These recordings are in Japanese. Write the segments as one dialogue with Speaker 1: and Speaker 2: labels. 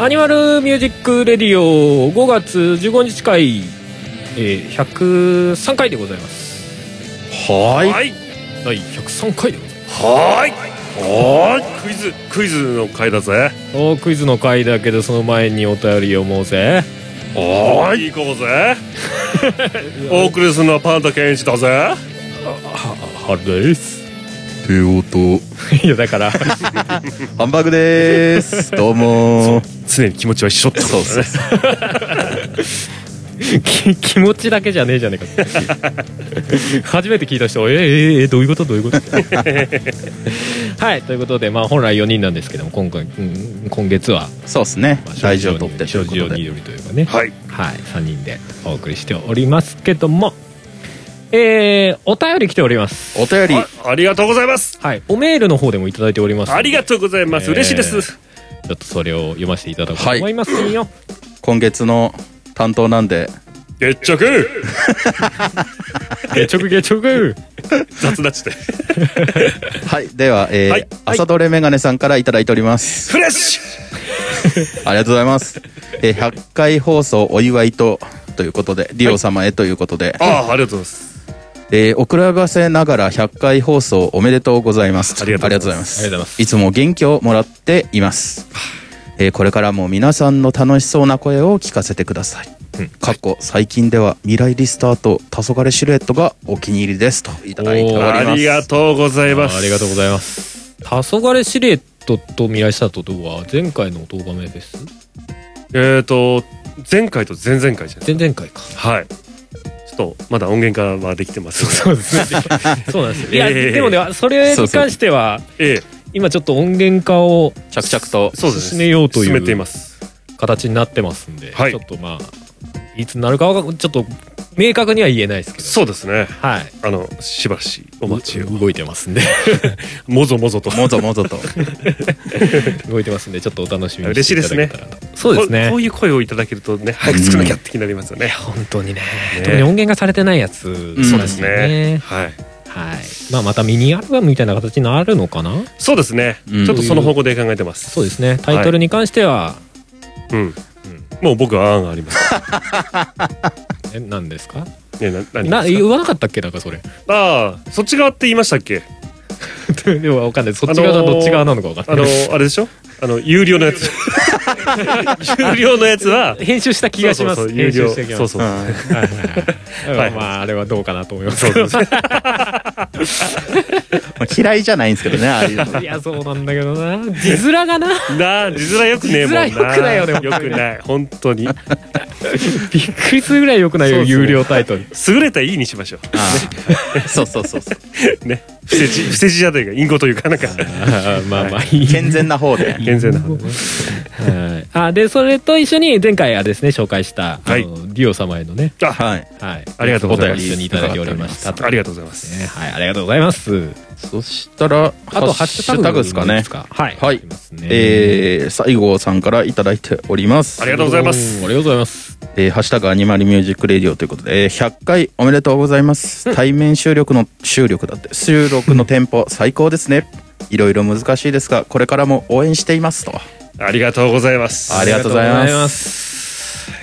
Speaker 1: アニマルミュージックレディオ5月15日会、えー、103回でございます
Speaker 2: はい
Speaker 1: い第103回でございます
Speaker 2: はいはいクイズクイズの回だぜ
Speaker 1: おークイズの回だけどその前にお便り読もうぜ
Speaker 2: はい行こうぜ お送りするのはパンタケンイチだぜ
Speaker 1: はです
Speaker 3: 帝王と
Speaker 1: いやだから
Speaker 3: ハンバーグでーすどうもー
Speaker 2: 常に気持ちは一緒ってことだね
Speaker 1: き気持ちだけじゃねえじゃねえか 初めて聞いた人はえー、えーえーどういうことどういうこと はいということでまあ本来4人なんですけども今回、うん今月は
Speaker 3: そうっすね
Speaker 1: まあ
Speaker 3: 大事を取ってとい
Speaker 1: 諸
Speaker 3: うこ
Speaker 1: 事情
Speaker 3: と
Speaker 1: に
Speaker 3: で
Speaker 1: よりというかね
Speaker 2: はい
Speaker 1: はい、3人でお送りしておりますけども、えー、お便り来ております。
Speaker 3: お便り
Speaker 2: あありがとうございます
Speaker 1: はい、おメールの方でもいただいております。
Speaker 2: ありがとうございます、
Speaker 1: えー
Speaker 2: 嬉しいです
Speaker 1: ちょっとそれを読ませていただこうと思いますよ。
Speaker 3: 今月の担当なんで
Speaker 2: 決着
Speaker 1: 月直月直
Speaker 2: 雑だっちで
Speaker 3: はいでは、えー
Speaker 2: はい
Speaker 3: 朝どれメガネさんからいただいておりま す
Speaker 2: フレッシ
Speaker 3: ありがとうございます、えー、100回放送お祝いとということでリオ様へということで、
Speaker 2: ュああありがとうございます
Speaker 3: えー、遅らばせながら100回放送おめでとうございます
Speaker 2: ありがとうございます
Speaker 1: ありがとうございます
Speaker 3: いつも元気をもらっています、えーこれからも皆さんの楽しそうな声を聞かせてください、過去最近では未来リスターと黄昏シルエットがお気に入りですといただいております
Speaker 2: ありがとうございます
Speaker 1: ありがとうございます。黄昏シルエットと未来シャトとは前回の動画名です。
Speaker 2: えっ、ー、と前回と前々回じゃない
Speaker 1: 前々回か。
Speaker 2: はいちょっとまだ音源化はできてま す
Speaker 1: そうですね。そうなんですよ。いや、
Speaker 2: えー
Speaker 1: でもね、それに関しては、
Speaker 2: ええ
Speaker 1: 今ちょっと音源化を
Speaker 3: 着々と
Speaker 2: そうです
Speaker 1: 進めようという
Speaker 2: 進めています
Speaker 1: 形になってますんで、
Speaker 2: はい
Speaker 1: ちょっとまあいつになるかはちょっと明確には言えないですけど
Speaker 2: そうですね
Speaker 1: はい
Speaker 2: あのしばしお待ちを
Speaker 1: 動いてますんで
Speaker 2: もぞもぞと
Speaker 3: もぞもぞと
Speaker 1: 動いてますんでちょっとお楽しみにしていただけたらとそうです
Speaker 2: こうこ
Speaker 1: ね
Speaker 2: ういう声をいただけるとね早く作らなきゃって気になりますよね、
Speaker 1: 本当にね特に音源がされてないやつ、
Speaker 3: ん
Speaker 2: そうですねはい
Speaker 1: はいまあまたミニアルバムみたいな形になるのかな
Speaker 2: そうですね、
Speaker 3: うん
Speaker 2: ちょっとその方向で考えてます
Speaker 1: そうですねタイトルに関しては、
Speaker 2: うんもう僕は案があります。
Speaker 1: え何ですか
Speaker 2: ね、な、何
Speaker 1: な
Speaker 2: です
Speaker 1: 言わなかったっけなんかそれ
Speaker 2: かああ、そっち側って言いましたっけ。
Speaker 1: でも分かんないそっち側
Speaker 2: あ
Speaker 1: が
Speaker 2: のー
Speaker 1: どっち側なのか分かんな
Speaker 2: あ
Speaker 1: い、
Speaker 2: の、あれでしょあの、有料のやつ。有料のやつは。
Speaker 1: 編集した気がします
Speaker 2: そうそうそう有料。
Speaker 1: 編集した気がし
Speaker 2: そ
Speaker 1: ま
Speaker 2: う
Speaker 1: す
Speaker 2: そう。
Speaker 1: はいはいはいまああれはどうかなと思いますけど
Speaker 3: 嫌いじゃないんです けどねああいうの
Speaker 1: いやそうなんだけどな字面がな
Speaker 2: な あ、字面よくねえもんな。
Speaker 1: 字面良くないよね本当
Speaker 2: 良
Speaker 1: に
Speaker 2: くない。本当に。
Speaker 1: びっくりするぐらい良くないよ
Speaker 2: そうそう
Speaker 1: 有料タイトル
Speaker 2: 優れたいいにしましょ
Speaker 3: ああそうそうそうそう
Speaker 2: う。ね。不正字、不正字じゃないか、隠語というか、なんか。
Speaker 1: あーまあまあいい
Speaker 3: 健全な方で
Speaker 2: 健全な話。
Speaker 1: はいあでそれと一緒に前回あれですね紹介した、
Speaker 2: はい
Speaker 1: あのディオ様へのね、
Speaker 2: あ、
Speaker 3: はい
Speaker 1: はい、
Speaker 2: ありがとうございます
Speaker 1: お便り一緒にいただきおりましたと
Speaker 2: ありがとうございます。
Speaker 1: ねはいありがとうございます
Speaker 3: そしたら
Speaker 1: あとハッシュタグ
Speaker 3: ですかね
Speaker 1: はい、
Speaker 3: はい
Speaker 1: ありますね
Speaker 3: えー、西郷さんからいただいております
Speaker 2: ありがとうございます
Speaker 1: おーありがとうございます
Speaker 3: えーハッシュタグアニマルミュージックレディオということで、えー100回おめでとうございます。対面収録の、収録だって、収録のテンポ最高ですね。いろいろ難しいですが、これからも応援していますと。
Speaker 2: ありがとうございます。
Speaker 3: ありがとうございます
Speaker 1: ありがとうございます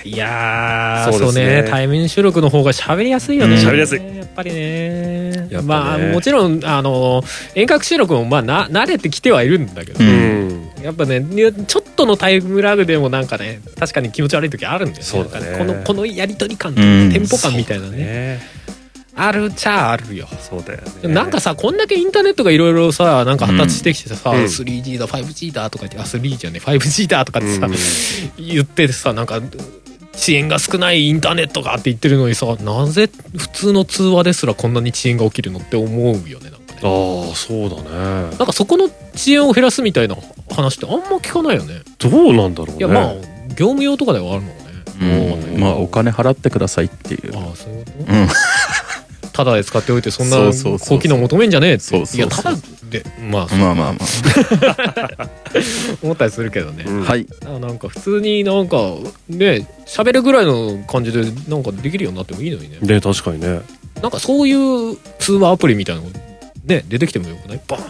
Speaker 1: いやー
Speaker 2: そ
Speaker 1: そうう
Speaker 2: ですね
Speaker 1: ね対面収録の方が喋りやすいよね
Speaker 3: うん
Speaker 2: 喋りやすい
Speaker 1: やっぱりね
Speaker 2: やっぱね
Speaker 1: まあもちろんあの遠隔収録もまあな慣れてきてはいるんだけど、
Speaker 3: う
Speaker 2: うん。
Speaker 1: やっぱねいやちょっとのタイムラグでもなんかね確かに気持ち悪い時あるんだよね
Speaker 2: そうだね
Speaker 1: なんかこのこのやり取り感、
Speaker 3: うん
Speaker 1: テンポ感みたいなね
Speaker 2: ね。
Speaker 1: あるっちゃあるよ
Speaker 2: そうだよね。
Speaker 1: なんかさこんだけインターネットがいろいろさなんか発達してきてさ、
Speaker 2: うん
Speaker 1: 3G だ 5G だとか言ってあ 3G じゃね 5G だとかってさ、
Speaker 2: うん
Speaker 1: 言っててさなんか遅延が少ないインターネットがって言ってるのにさなぜ普通の通話ですらこんなに遅延が起きるのって思うよねなんかね
Speaker 2: ああそうだね
Speaker 1: なんかそこの遅延を減らすみたいな話ってあんま聞かないよね
Speaker 2: どうなんだろうね
Speaker 1: いやまあ業務用とかではあるのかね
Speaker 3: うんまあ、お金払ってくださいっていう。
Speaker 1: ああそういうこ
Speaker 3: うん。
Speaker 1: ただで使っておいてそんな
Speaker 3: そうそうそうそう
Speaker 1: 高機能求めんじゃねえって
Speaker 3: そうそうそう
Speaker 1: やただでまあ
Speaker 3: まあまあま
Speaker 1: 思ったりするけどね、
Speaker 2: うん
Speaker 3: あはい
Speaker 1: あなんか普通になんかね喋るぐらいの感じでなんかできるようになってもいいのにね
Speaker 2: ね確かにね
Speaker 1: なんかそういう通話アプリみたいなのね出てきてもよくないバーンっ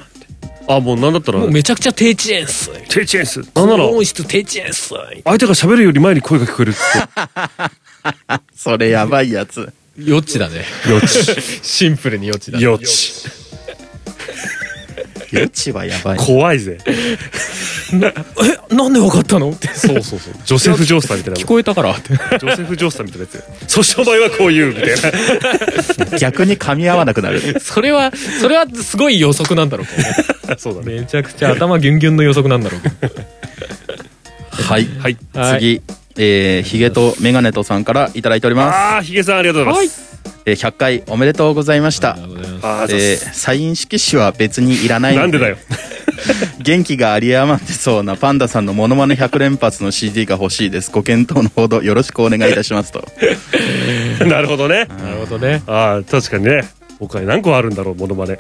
Speaker 1: て
Speaker 2: あもうなんだったら
Speaker 1: もうめちゃくちゃ低遅延っす
Speaker 2: 低遅延数なんなら
Speaker 1: 高音質低遅延っす
Speaker 2: 相手が喋るより前に声が聞こえるって
Speaker 3: それやばいやつ
Speaker 1: 余地だね
Speaker 2: 余地
Speaker 1: シンプルに余地だね
Speaker 2: 余地
Speaker 3: 余地はやばい
Speaker 2: 怖いぜ
Speaker 1: えなんでわかったのって
Speaker 2: そうそうそうジョセフ・ジョースターみたいな
Speaker 1: 聞こえたからって
Speaker 2: ジョセフ・ジョースターみたいなやつよそしてお前はこう言うみたいな
Speaker 3: 逆に噛み合わなくな る
Speaker 1: それはそれはすごい予測なんだろうけどね
Speaker 2: そうだね。
Speaker 1: めちゃくちゃ頭ギュンギュンの予測なんだろうけど
Speaker 3: はい、
Speaker 2: はい。
Speaker 1: はい
Speaker 3: 次えー、ヒゲとメガネとさんからいただいております、
Speaker 2: ああ、ヒゲさんありがとうございます。
Speaker 3: えー、100回おめでとうございまし
Speaker 1: あ
Speaker 3: た
Speaker 1: りがとうございます
Speaker 2: ああ、そう
Speaker 3: えー、サイン色紙は別にいらない
Speaker 2: なん でだよ。
Speaker 3: 元気があり余ってそうなパンダさんのモノマネ100連発の CD が欲しいですご検討のほどよろしくお願いいたしま すと
Speaker 2: なるほどね。
Speaker 1: なるほどね
Speaker 2: ああ、確かにね。他に何個あるんだろう、モノマネ。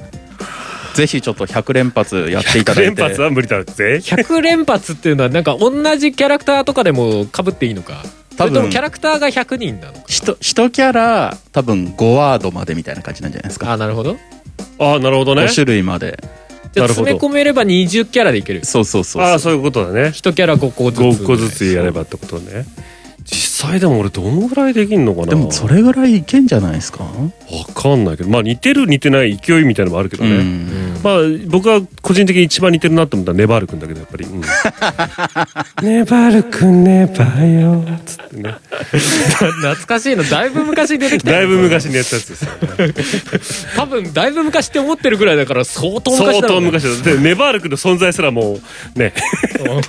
Speaker 3: ぜひちょっと100連発やっていただい
Speaker 2: 連
Speaker 3: て
Speaker 2: 発は無理だぜ。
Speaker 1: 100連発っていうのはなんか同じキャラクターとかでもかぶっていいのかそ
Speaker 3: 多分
Speaker 1: れともキャラクターが100人なのか
Speaker 3: ひと一キャラ多分5ワードまでみたいな感じなんじゃないですか
Speaker 1: あなるほど
Speaker 2: ああ、なるほどね
Speaker 3: 5。種類まで
Speaker 1: じゃあ
Speaker 2: なるほど
Speaker 1: 詰め込めれば20キャラでいける
Speaker 3: そうそうそう
Speaker 2: ああ、そ
Speaker 3: そ
Speaker 2: ういうことだね。
Speaker 1: 1キャラ5個ずつ
Speaker 2: 5個ずつやればってことね。実際でも俺どのぐらいできんのかな
Speaker 3: うでもそれぐらいいけんじゃないですか、
Speaker 2: わかんないけどまあ似てる似てない勢いみたいのもあるけど
Speaker 3: う、
Speaker 2: ね、
Speaker 1: うんん
Speaker 2: まあ僕は個人的に一番似てるなと思ったらネバール君だけどやっぱり、うん、ネバール君ネバーよーっつってね
Speaker 1: 懐かしいのだいぶ昔に出てきた
Speaker 2: だいぶ昔にやったやつですよ
Speaker 1: 多分だいぶ昔って思ってるぐらいだから相当昔
Speaker 2: 相
Speaker 1: だろ
Speaker 2: 当
Speaker 1: うね
Speaker 2: 昔だでネバール君の存在すらもうね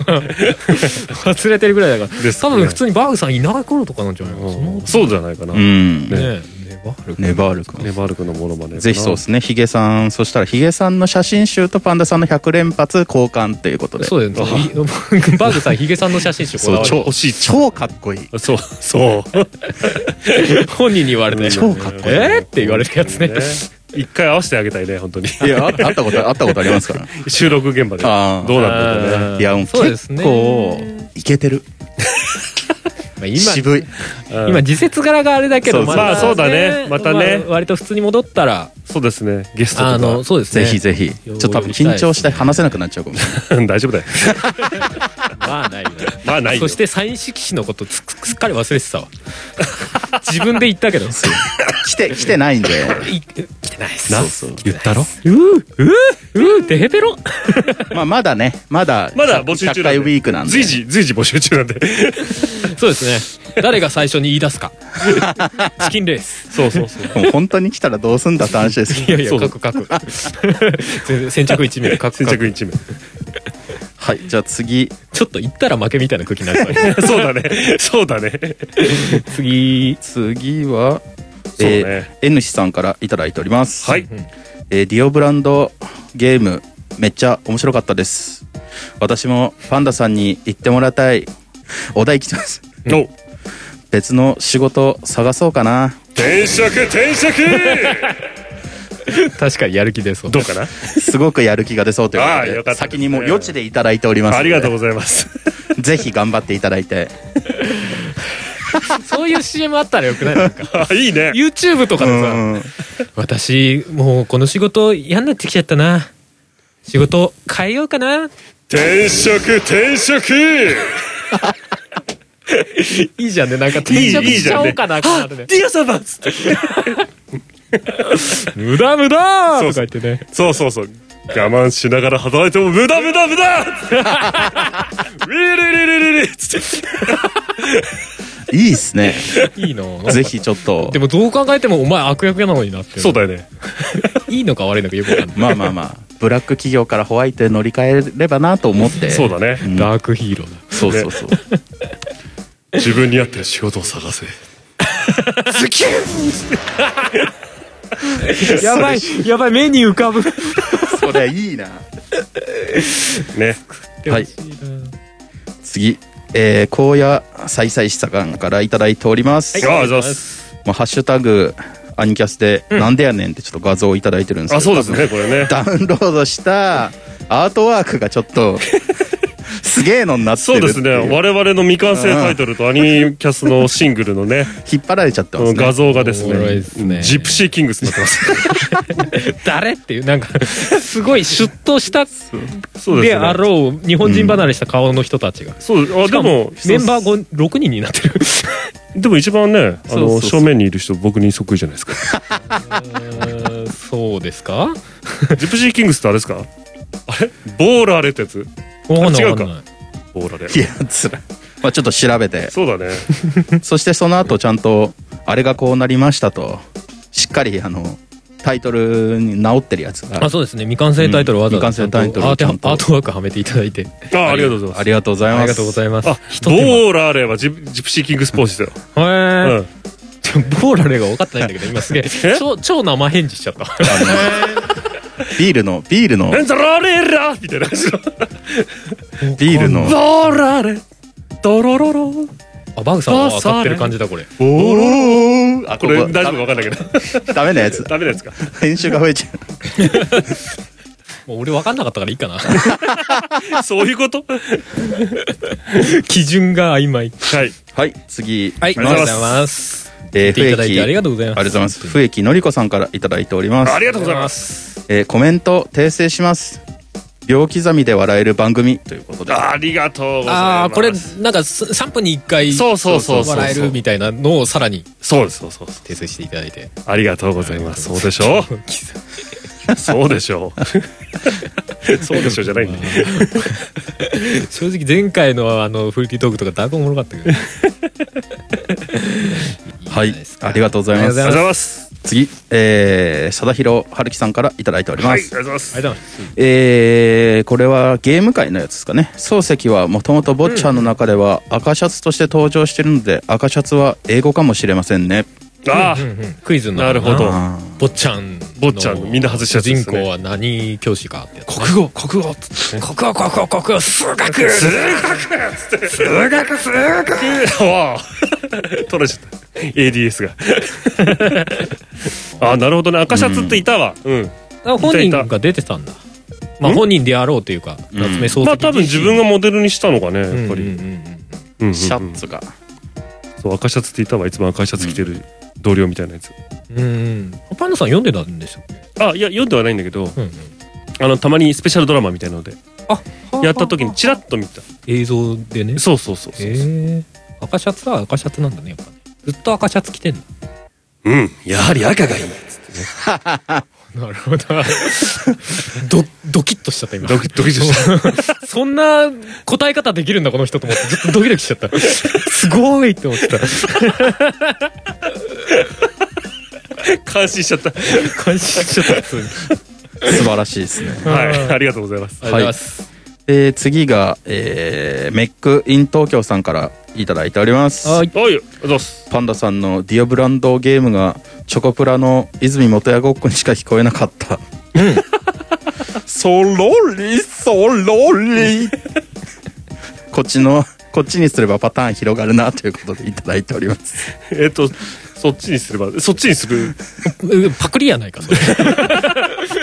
Speaker 1: 忘れてるぐらいだから、
Speaker 2: ですね
Speaker 1: 多分普通にバーグさんいない頃とかなんじゃないかな、その
Speaker 2: そうじゃないかな、
Speaker 3: うん
Speaker 2: ね
Speaker 1: ねネバール
Speaker 3: ネバール君
Speaker 2: ネバール君のモノマネ
Speaker 3: ぜひそうですすねヒゲさんそしたらヒゲさんの写真集とパンダさんの100連発交換ということで
Speaker 1: そうだよねい バーグさんヒゲさんの写真集こだわ
Speaker 3: そう
Speaker 1: る
Speaker 3: 超しい超かっこいい
Speaker 2: そうそう
Speaker 1: 本人に言われて
Speaker 3: 超かっこいい
Speaker 1: えー、って言われるやつね
Speaker 2: 一回合わせてあげたいね本当に
Speaker 3: いやあ会ったことあったことあります から
Speaker 2: 収録現場で
Speaker 3: あー
Speaker 2: どうなんだろうね
Speaker 1: あー
Speaker 3: いやもう
Speaker 1: そうです
Speaker 3: 結
Speaker 1: ね
Speaker 3: 構いけてる
Speaker 1: まあ今
Speaker 3: 渋い
Speaker 2: うん
Speaker 1: 今時節柄があれだけど
Speaker 3: そうまあ
Speaker 2: そうだねまたね
Speaker 1: あ割と普通に戻ったら
Speaker 2: そうですねゲスト
Speaker 1: あの
Speaker 2: と
Speaker 1: そうです
Speaker 3: ぜ
Speaker 1: ね
Speaker 3: ひぜひちょっと多分緊張して話せなくなっちゃうかもしれない
Speaker 2: か大丈夫だよ
Speaker 1: まあないよね
Speaker 2: まあないよ
Speaker 1: そしてサイン色紙のことすっかり忘れてたわ自分で言ったけどい
Speaker 3: 来て来てない んで
Speaker 1: 来てないっす
Speaker 2: な
Speaker 3: そうそう
Speaker 2: 言ったろ
Speaker 1: うーうーうーデヘペロ
Speaker 3: まあまだねまだ
Speaker 2: まだ募集中な
Speaker 3: 100
Speaker 2: ん
Speaker 3: 回
Speaker 2: で
Speaker 3: ウィークなんで
Speaker 2: 随時随時募集中なんで
Speaker 1: そうですね誰が最初に言い出す かチキンレース
Speaker 2: そうそうそう
Speaker 3: もう 本当に来たらどうすんだって話です
Speaker 1: い
Speaker 3: け
Speaker 1: や
Speaker 3: ど
Speaker 1: いや
Speaker 2: そう
Speaker 1: 書く書く全 然先着1名で書く
Speaker 2: 先
Speaker 1: 書く
Speaker 2: 着一名
Speaker 3: はいじゃあ次
Speaker 1: ちょっと言ったら負けみたいな空気になるからね
Speaker 2: そうだねそうだね
Speaker 1: 次
Speaker 3: 次は
Speaker 2: そうね
Speaker 3: えー N 氏さんからいただいております
Speaker 2: はい
Speaker 3: えーディオブランドゲームめっちゃ面白かったです私もパンダさんに言ってもらいたいお題来てます
Speaker 2: の
Speaker 3: 別の仕事探そうかな
Speaker 2: 転職転 職
Speaker 1: 確かにやる気出そう
Speaker 2: どうかな
Speaker 3: すごくやる気が出そうというこ と
Speaker 2: ああよ
Speaker 3: で
Speaker 2: かったですね
Speaker 3: 先にもう余地でいただいております
Speaker 2: あ
Speaker 3: の
Speaker 2: り
Speaker 3: で
Speaker 2: がとうございます
Speaker 3: ぜひ頑張っていただいて
Speaker 1: そういう CM あったらよくない なんか
Speaker 2: あいいね
Speaker 1: YouTube とか
Speaker 3: う
Speaker 1: でさ
Speaker 3: ん
Speaker 1: 私もうこの仕事嫌になってきちゃったな仕事変えようかな
Speaker 2: 転職転職
Speaker 1: いいじゃんねなんか転職しちゃおうかなってなるね
Speaker 2: ィア様っつって
Speaker 1: 無駄無駄
Speaker 2: そ
Speaker 1: と
Speaker 2: うそ
Speaker 1: か言っ
Speaker 2: う
Speaker 1: てね
Speaker 2: そうそうそう我慢しながら働いても無駄無駄無駄 ウィリリリリリつって
Speaker 3: いいっすね
Speaker 1: いいの
Speaker 3: ぜひちょっと
Speaker 1: でもどう考えてもお前悪役なのになって
Speaker 2: そうだよね
Speaker 1: いいのか悪いのかよくわかんない
Speaker 3: まあまあまあブラック企業からホワイトへ乗り換えればなと思って
Speaker 2: そうだね
Speaker 1: ダークヒーローだ
Speaker 3: そうそうそう
Speaker 2: 自分に合ってる仕事を探せ
Speaker 1: やばいやばい目に浮かぶ
Speaker 3: それいいな
Speaker 2: ね
Speaker 3: はい次えー、荒野再々さんからいただいております、
Speaker 2: あありがとうございます
Speaker 3: まあ、ハッシュタグアニキャスで、
Speaker 2: うん
Speaker 3: なんでやねんってちょっと画像をいただいてるんですけど
Speaker 2: あそうですねこれね
Speaker 3: ダウンロードしたアートワークがちょっ とすげえのになって
Speaker 2: そう
Speaker 3: るって
Speaker 2: で
Speaker 3: い
Speaker 2: すね我々の未完成タイトルとアニキャスのシングルのね
Speaker 3: 引っ張られちゃって
Speaker 2: こ
Speaker 3: ま
Speaker 2: の
Speaker 3: す
Speaker 2: 画
Speaker 3: ね
Speaker 2: 像がです
Speaker 1: おもろい
Speaker 2: ね
Speaker 1: ですね
Speaker 2: ジプシーキングスになってます
Speaker 1: 誰っていうなんかすごいシュッとした
Speaker 2: そうで
Speaker 1: ですあ
Speaker 2: ね
Speaker 1: ろう日本人離れした顔の人たちが、
Speaker 2: そうあ
Speaker 1: し
Speaker 2: で
Speaker 1: か
Speaker 2: も
Speaker 1: メンバーご6人になってる
Speaker 2: でも一番ねあ
Speaker 1: そうそ
Speaker 2: の
Speaker 1: うそう
Speaker 2: 正面にいる人僕にそっくりじゃないですか
Speaker 1: そうです か
Speaker 2: ジプシーキングスってあれですかあれボーラーれってやつ
Speaker 1: わかんない
Speaker 2: 違
Speaker 1: わ
Speaker 2: う
Speaker 1: か
Speaker 2: か
Speaker 1: んない
Speaker 2: ボーラー
Speaker 3: い
Speaker 2: で
Speaker 3: やつら、まあ、ちょっと調べて
Speaker 2: そうだね
Speaker 3: そしてその後ちゃんとあれがこうなりましたとしっかりあのタイトルに直ってるやつが
Speaker 1: あそうですね未完成タイトルわざわざちゃんと、
Speaker 3: うん未完成タイトルをちゃんと
Speaker 1: アーテアートワークはめていただいて
Speaker 2: あありがとうございます
Speaker 3: ありがとうござい
Speaker 1: あ
Speaker 3: ます
Speaker 1: りがとうございます
Speaker 2: あ
Speaker 1: ひと手間
Speaker 2: ボーラーレはジプジプシーキングスポーチだよ、
Speaker 1: へ
Speaker 2: う
Speaker 1: ー
Speaker 2: ん、
Speaker 1: ちょ ボーラレが分かってないんだけど今すげえ超超生返事しちゃ った
Speaker 3: ビールのビールの
Speaker 2: なんだられらみたいな感じの
Speaker 3: ビールの
Speaker 2: ドラレドロロロ
Speaker 1: あバグさんは分かってる感じだこれ
Speaker 3: おーあ
Speaker 2: これ
Speaker 3: こ
Speaker 2: 大丈夫か分かんないけ ど
Speaker 3: ダダメなやつ
Speaker 2: ダメなやつか
Speaker 3: 編集が増えちゃう
Speaker 1: もう俺分かんなかったからいいか な
Speaker 2: そういうこと
Speaker 1: 基準が曖昧
Speaker 2: はい
Speaker 3: はい次
Speaker 1: はい
Speaker 2: ありがとうございます
Speaker 1: す
Speaker 3: えー
Speaker 1: 聞いていただいてありがとうございます
Speaker 3: ありがとうございます笛木のりこさんからいただいております
Speaker 2: ありがとうございます
Speaker 3: えーコメント訂正します秒刻みで笑える番組ということで
Speaker 2: ありがとうございます
Speaker 1: ああこれなんかす3分に1回
Speaker 2: そうそうそうそう
Speaker 1: 笑えるみたいなのをさらに
Speaker 2: そうですそうそうそ
Speaker 1: 訂正していただいて
Speaker 2: うありがとうございますそうでしょうそうでし ょうそうでしょうじゃないんで
Speaker 1: 正直前回のあのフリートークとかだいぶおもろかったけ どいいじゃな
Speaker 3: は
Speaker 1: いですか
Speaker 3: ありがとうございま
Speaker 1: ありがとうございま
Speaker 2: ありがとうござい
Speaker 3: す
Speaker 2: ます
Speaker 3: 次えー貞弘春樹さんからいただいており
Speaker 2: はいあ
Speaker 3: ま
Speaker 2: り
Speaker 3: す
Speaker 2: がとうございます
Speaker 1: ありがとうございます
Speaker 3: えーこれはゲーム界のやつですかね漱石はもともと坊ちゃんの中では赤シャツとして登場してるので赤シャツは英語かもしれませんね
Speaker 2: あ
Speaker 1: うんうんクイズの
Speaker 2: なるほど
Speaker 3: あー
Speaker 1: 坊ちゃんの
Speaker 2: 坊ちゃんのみんな外したやつですね
Speaker 1: 主人公は何教師かってやつ国語国語国語国語国語数学
Speaker 2: 数学っつって数学数学わあ 取れちゃった ADS が あなるほどね赤シャツっていたわうん
Speaker 1: あ本人が出てたんだまあ
Speaker 2: ん
Speaker 1: 本人であろうというか
Speaker 3: ん
Speaker 1: 夏目漱石
Speaker 2: まあ多分自分がモデルにしたのかね
Speaker 1: うん
Speaker 2: やっ
Speaker 1: うんうんう
Speaker 2: ぱり
Speaker 1: ん
Speaker 2: うんうんうん
Speaker 3: シャツが
Speaker 2: そう赤シャツっていたわいつも赤いシャツ着てる同僚みたいなやつ
Speaker 1: うんうんパンダさん読んでたんでしょ
Speaker 2: あいや読んではないんだけど
Speaker 1: うんうん
Speaker 2: あのたまにスペシャルドラマみたいなので
Speaker 1: あ
Speaker 2: やった時にチラッと見た
Speaker 1: 映像でね
Speaker 2: そうそうそうそう
Speaker 1: へえ赤シャツは赤シャツなんだねやっぱねずっと赤シャツ着てんの
Speaker 2: うんやはり赤 がいい
Speaker 1: なるほどど ドキッとしちゃった 今
Speaker 2: ドキドキッとし
Speaker 1: そんな答え方できるんだこの人と思ってずっとドキドキしちゃったすごいって思ってた
Speaker 2: 感心しちゃった
Speaker 1: 感心しちゃった普通に
Speaker 3: 素晴らしいですね
Speaker 2: はいありがとうございます
Speaker 1: ありがとうございます
Speaker 3: えー次が、えーメックイン東京さんからいただいております
Speaker 1: はい
Speaker 2: はいありがとうございます
Speaker 3: パンダさんのディオブランドゲームがチョコプラの泉元彌ごっこにしか聞こえなかった、 そろりそろりこっちのこっちにすればパターン広がるなということでいただいております
Speaker 2: えっとそっちにすればそっちにする
Speaker 1: うパクリやないかそれ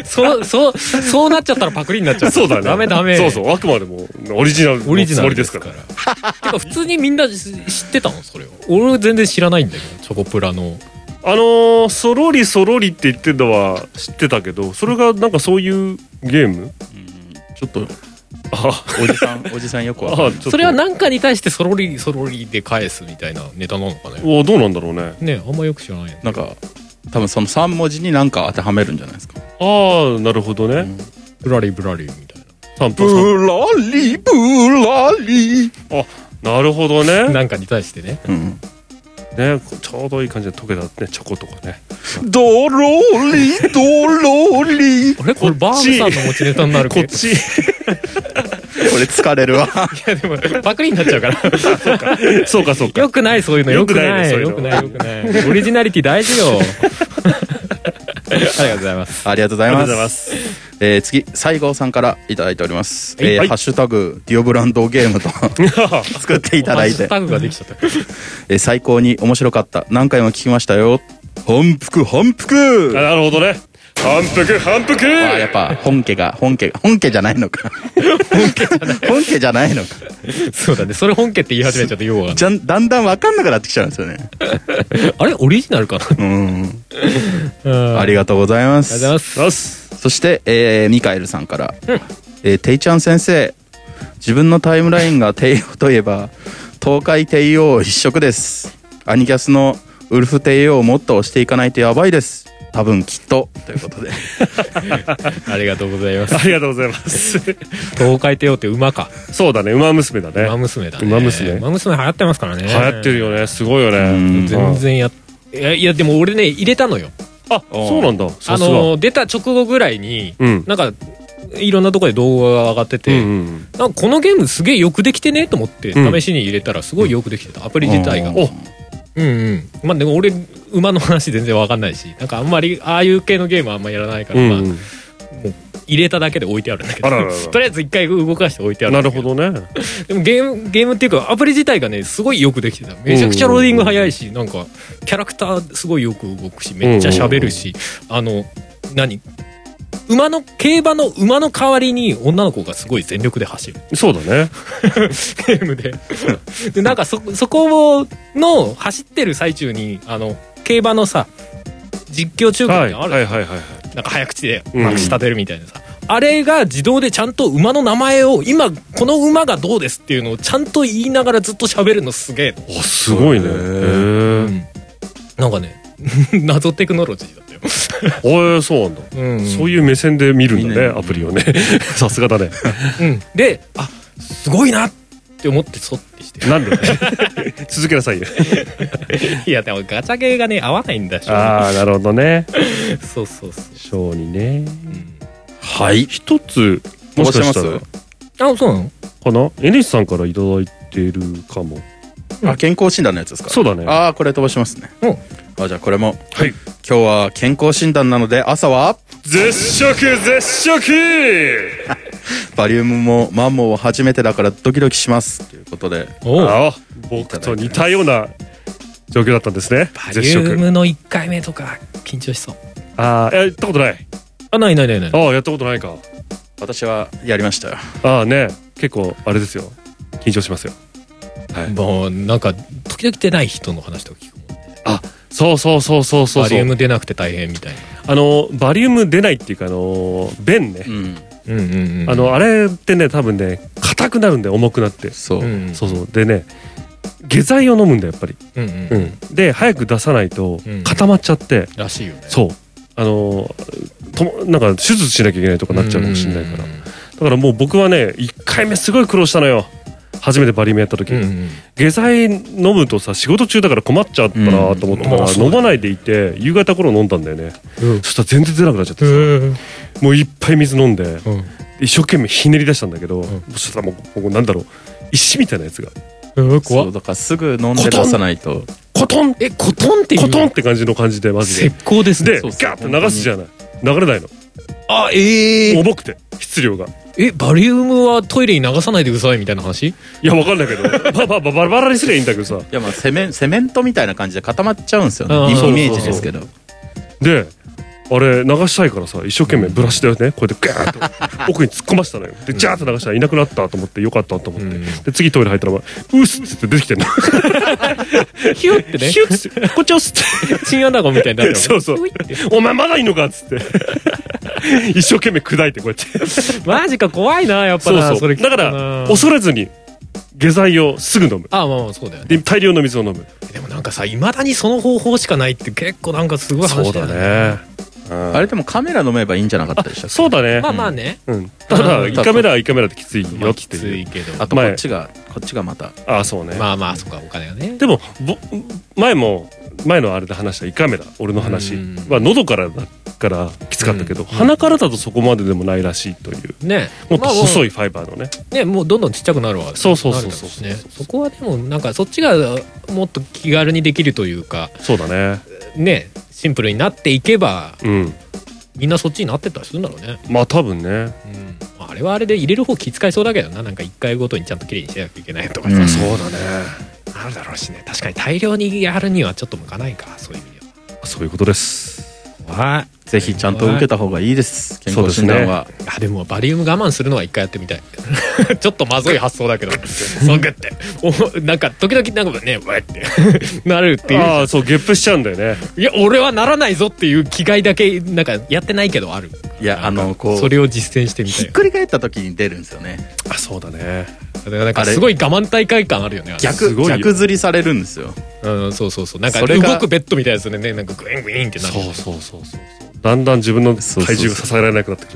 Speaker 1: そうそうそうなっちゃったらパクリになっちゃう
Speaker 2: そうだね。
Speaker 1: ダメダメ
Speaker 2: そうそう、あくまでもオリジナル
Speaker 1: オ
Speaker 2: の
Speaker 1: リジ
Speaker 2: つ
Speaker 1: ナ
Speaker 2: も
Speaker 1: ル
Speaker 2: り
Speaker 1: で
Speaker 2: ですす
Speaker 1: か
Speaker 2: から
Speaker 1: ら。てか普通にみんな知ってたのそれを俺全然知らないんだけどチョコプラの
Speaker 2: あのー、そろりそろりって言ってるのは知ってたけど、それがなんかそういうゲーム
Speaker 3: ちょっと
Speaker 2: あ、
Speaker 3: おじさんおじさんよくわかん
Speaker 2: あ、
Speaker 3: ない
Speaker 2: ちょっと。
Speaker 1: それは何かに対してそろりそろりで返すみたいなネタなのかね
Speaker 2: おどうなんだろうね。
Speaker 1: ねあんまよく知らないよね
Speaker 3: なんか多分その3文字に何か当てはめるんじゃないですか
Speaker 2: ああ、なるほどね。
Speaker 1: ぶらりぶらりみたい
Speaker 2: 三分三分
Speaker 3: らりぶらり、
Speaker 2: あ、なるほど
Speaker 1: な
Speaker 2: ね。
Speaker 1: なんかに対してね
Speaker 3: うん、
Speaker 2: ね、ちょうどいい感じで溶けたね、チョコとかね。
Speaker 3: どろりどろり
Speaker 1: あれこれバームさんの持ちネタになる
Speaker 2: こ
Speaker 1: け
Speaker 2: っ
Speaker 1: ど
Speaker 2: ち、
Speaker 3: これ疲れるわ
Speaker 1: いやでもパクリになっちゃうから
Speaker 2: そうかそう か。
Speaker 1: よくないそういうのよくない
Speaker 2: よ
Speaker 1: よ
Speaker 2: く
Speaker 1: く
Speaker 2: な
Speaker 1: ないいよくないオリジナリティ大事 よありがとうございます
Speaker 3: ありがとうござい
Speaker 2: ありがとうご
Speaker 3: ま。
Speaker 2: ざいますす。
Speaker 3: えー次、西郷さんからいただいております。
Speaker 2: はい
Speaker 3: えー
Speaker 2: はい
Speaker 3: ハッシュタグ、ディオブランドゲームと作っていただい
Speaker 1: ハッシュ
Speaker 3: て、
Speaker 1: タグができちゃった
Speaker 3: えー最高に面白かった。何回も聞きましたよ。反復反復
Speaker 2: あ なるほどね。反復反復
Speaker 3: あやっぱ本家が本家が本家じゃないのか本家じゃないのか
Speaker 1: そうだねそれ本家って言い始めちゃってようわかんない
Speaker 3: じゃんだんだん分かんなくなってきちゃうんですよね
Speaker 1: あれオリジナルかな
Speaker 3: うん
Speaker 1: うん
Speaker 3: ありがとうございま
Speaker 1: ありがとうご
Speaker 3: す
Speaker 1: ざいます
Speaker 2: よし。
Speaker 3: そして、えーミカエルさんから、えーていちゃん先生自分のタイムラインが帝王といえば東海帝王一色ですアニキャスのウルフ帝王をもっと押していかないとやばいです多分きっとということで
Speaker 1: ありがとうございます
Speaker 2: ありがとうございます。
Speaker 1: 東海帝王って馬か
Speaker 2: そうだね、馬娘だね。
Speaker 1: 馬娘だね
Speaker 2: 馬娘
Speaker 1: 馬娘流行ってますからね流
Speaker 2: 流行ってるよね、すごいよ
Speaker 3: ん
Speaker 2: ね。
Speaker 1: 全然やいやいやでも俺ね入れたのよ
Speaker 2: あ、そうなんだ。
Speaker 1: あ
Speaker 2: さすが。
Speaker 1: の出た直後ぐらいに、
Speaker 2: うん
Speaker 1: なんかいろんなところで動画が上がって
Speaker 2: う
Speaker 1: て、
Speaker 2: んうん。
Speaker 1: なんかこのゲームすげえよくできてねと思って
Speaker 2: う
Speaker 1: 試
Speaker 2: ん
Speaker 1: しに入れたらすごいよくできてたアプリ自体が、
Speaker 3: うん
Speaker 1: おうんうんまあでも俺馬の話全然わかんないしなんかあんまりああいう系のゲームはあんまやらないから、
Speaker 2: うん
Speaker 1: ま
Speaker 2: うん
Speaker 1: あ、もう入れただけで置いてあるんだけど
Speaker 2: あららら
Speaker 1: とりあえず一回動かして置いてある
Speaker 2: なん
Speaker 1: だ
Speaker 2: る
Speaker 1: け
Speaker 2: ほどね。
Speaker 1: でもゲームゲームっていうかアプリ自体がねすごいよくできてためちゃくちゃローディング早いしなんかキャラクターすごいよく動くしめっちゃ喋るしあの何馬の競馬の馬の代わりに女の子がすごい全力で走る
Speaker 2: そうだね。
Speaker 1: ゲームででなんかそそこの走ってる最中にあの競馬のさ実況中継っ
Speaker 2: は
Speaker 1: て
Speaker 2: い。
Speaker 1: あ
Speaker 2: はい
Speaker 1: る、
Speaker 2: はいはいはい。
Speaker 1: なんか早口で
Speaker 2: うん
Speaker 1: まくし立てるみたいなさ、あれが自動でちゃんと馬の名前を今この馬がどうですっていうのをちゃんと言いながらずっと喋るのすげえと、
Speaker 2: あ、すごいね。へ
Speaker 3: へ
Speaker 1: う
Speaker 2: ー
Speaker 1: んなんかね 謎テクノロジーだったよ、
Speaker 2: おえそうなんだ。
Speaker 1: うん
Speaker 2: そういう目線で見るんだ
Speaker 3: 見
Speaker 2: ね、
Speaker 3: ない
Speaker 2: アプリをね。さすがだね。
Speaker 1: うんであすごいなって思ってそってして
Speaker 2: なんで 続けなさいよ。
Speaker 1: いやでもガチャゲーがね合わないんだし
Speaker 2: ああ、なるほどね。
Speaker 1: そうそうそ
Speaker 2: 小にね。
Speaker 1: う、うん
Speaker 3: はい
Speaker 2: 一つ、もしかしたら、
Speaker 1: あそうなの
Speaker 2: かな ?NH さんからいただいてるかも。
Speaker 3: あ健康診断のやつですか
Speaker 2: そうだね。
Speaker 3: ああこれ飛ばしますね
Speaker 1: うん
Speaker 3: あじゃあこれも
Speaker 2: はい。
Speaker 3: 今日は健康診断なので朝は
Speaker 2: 絶食絶食
Speaker 3: バリウムもマンモを初めてだからドキドキしますということで
Speaker 1: おう
Speaker 2: あ僕と似たような状況だったんですね
Speaker 1: バ
Speaker 2: 絶
Speaker 1: リウ
Speaker 2: 食
Speaker 1: ムの1回目とか緊張しそう
Speaker 2: ああやったことない
Speaker 1: あないないないない
Speaker 2: ああやったことないか
Speaker 3: 私はやりましたよ
Speaker 2: ああね結構あれですよ緊張しますよ
Speaker 1: もうなんか時々出ない人の話とか聞くもん
Speaker 2: そうそうそうそうそう
Speaker 1: バリ
Speaker 2: そ
Speaker 1: ウ
Speaker 2: う
Speaker 1: ム出なくて大変みたいな
Speaker 2: あのバリウム出ないっていうかあの便ね
Speaker 3: うん
Speaker 1: うんうんうん
Speaker 2: あのあれってね多分ね硬くなるんだよ重くなって
Speaker 3: そう、
Speaker 1: うん
Speaker 2: そうそうでね下剤を飲むんだよやっぱり
Speaker 1: うんうん
Speaker 2: うんで早く出さないと
Speaker 1: うん
Speaker 2: 固まっちゃって
Speaker 1: らしいよね
Speaker 2: そうあのともなんか手術しなきゃいけないとかなっちゃうかもしれないからだからもう僕はね1回目すごい苦労したのよ初めてバリウムやった時、
Speaker 1: うんうん
Speaker 2: 下剤飲むとさ仕事中だから困っちゃったなと思ったから、
Speaker 1: うんまあそうだよ
Speaker 2: 飲まないでいて夕方頃飲んだんだよね
Speaker 1: うん
Speaker 2: そしたら全然出なくなっちゃってさ、もういっぱい水飲んで
Speaker 1: うん
Speaker 2: 一生懸命ひねり出したんだけど、
Speaker 1: ん
Speaker 2: そしたらもうもうなんだろう石みたいなやつが
Speaker 1: うん
Speaker 3: そ
Speaker 1: 怖
Speaker 3: う
Speaker 1: っ
Speaker 3: だからすぐ飲んで出さないと
Speaker 2: コトン
Speaker 1: えコトンっていう
Speaker 2: コトンって感じの感じでマジ
Speaker 1: 石
Speaker 2: で
Speaker 1: 膏ですね
Speaker 2: で
Speaker 3: そうそう
Speaker 2: ガーって流すじゃない流れないの
Speaker 1: あええ
Speaker 2: 重くて質量が
Speaker 1: えバリウムはトイレに流さないでくださいみたいな話
Speaker 2: いやわかんないけど まあまあまあバラバラにすりゃいいんだけどさ
Speaker 3: いやまあセメンセメントみたいな感じで固まっちゃうんですよね
Speaker 1: あー
Speaker 3: イ
Speaker 1: そうそうそう
Speaker 3: イメージですけど
Speaker 2: であれ流したいからさ一生懸命ブラシだよねこうやってガー ッと奥に突っ込ましたのよでジャーッと流したらいなくなったと思ってよかったと思って、
Speaker 1: うん
Speaker 2: で次トイレ入ったら「うっす」っつって出てきてんの
Speaker 1: ヒュってね
Speaker 2: ヒュッ つって「こっち押す」っ
Speaker 1: チンアナゴみたいになって
Speaker 2: てそうそう「お前まだいいのか」っつって一生懸命砕いてこうやって
Speaker 1: マジか怖いなやっぱ
Speaker 2: そう
Speaker 1: な
Speaker 2: そ
Speaker 1: そうれ聞くと
Speaker 2: だ
Speaker 1: な
Speaker 2: から恐れずに下剤をすぐ飲む
Speaker 1: あまあまあそうだよね
Speaker 2: で大量の水を飲む
Speaker 1: でもなんかさいまだにその方法しかないって結構なんかすごい
Speaker 2: そう
Speaker 1: 話だよ
Speaker 2: だ
Speaker 1: ね
Speaker 2: ねうん
Speaker 3: あれでもカメラ飲めばいいんじゃなかったでしたっけ
Speaker 2: そうだね
Speaker 1: まあまあね
Speaker 2: うんただ
Speaker 1: うん
Speaker 2: 1カメラは1カメラできつい
Speaker 1: ま
Speaker 2: よ
Speaker 1: あ
Speaker 2: っ
Speaker 1: き
Speaker 2: て
Speaker 1: つ
Speaker 2: い
Speaker 1: いうけど
Speaker 3: あとこ
Speaker 2: 前
Speaker 3: っちがこっちがまた
Speaker 2: ああそうね
Speaker 1: まあまあそっかお金がね
Speaker 2: でもぼ前も前のあれで話した胃カメラ俺の話
Speaker 1: うん
Speaker 2: は喉からだからきつかったけど、
Speaker 1: うん
Speaker 2: 鼻からだとそこまででもないらしいという
Speaker 1: ね
Speaker 2: もっと細
Speaker 1: い、
Speaker 2: いファイバーのね、
Speaker 1: ねもうどんどんちっちゃくなるわけ
Speaker 2: そうそうそうそ
Speaker 1: な
Speaker 2: う
Speaker 1: るだろうしねそこはでもなんかそっちがもっと気軽にできるというか
Speaker 2: そうだね
Speaker 1: ねシンプルになっていけば
Speaker 2: うん
Speaker 1: みんなそっちになってったりするんだろうね、
Speaker 2: まあ多分
Speaker 1: う
Speaker 2: ね、
Speaker 1: ん、あれはあれで入れる方気遣いそうだけどななんか1回ごとにちゃんときれいにしなきゃいけないとかさ、
Speaker 3: うん
Speaker 2: そうだね
Speaker 1: あるだろうしね確かに大量にやるにはちょっと向かないかそういう意味では
Speaker 2: そういうことです
Speaker 1: はい
Speaker 3: ぜひちゃんと受けた方がいいです。健康診断は。
Speaker 1: あでもバリウム我慢するのは一回やってみたい ちょっとまずい発想 だけどそうグッておなんか時々なんかねわいってなるって いう
Speaker 2: ああそうゲップしちゃうんだよね
Speaker 1: いや俺はならないぞっていう気概だけなんかやってないけどある
Speaker 3: いや、あの、こ、
Speaker 1: そうれを実践してみた
Speaker 3: ひ
Speaker 1: い
Speaker 3: っくり返った時に出るんですよね。
Speaker 2: あそうだね
Speaker 1: だからなんかすごい我慢大会感あるよねあれ
Speaker 3: 逆
Speaker 2: す、ごいよ
Speaker 3: 逆ずりされるんですよ。
Speaker 1: うん、そうそうそうなんか
Speaker 3: それが
Speaker 1: 動くベッドみたいですねなんかグイングインってなる
Speaker 2: そうそうそうそうだんだん自分の
Speaker 3: そうそうそう
Speaker 2: 体重が支えられなくなってく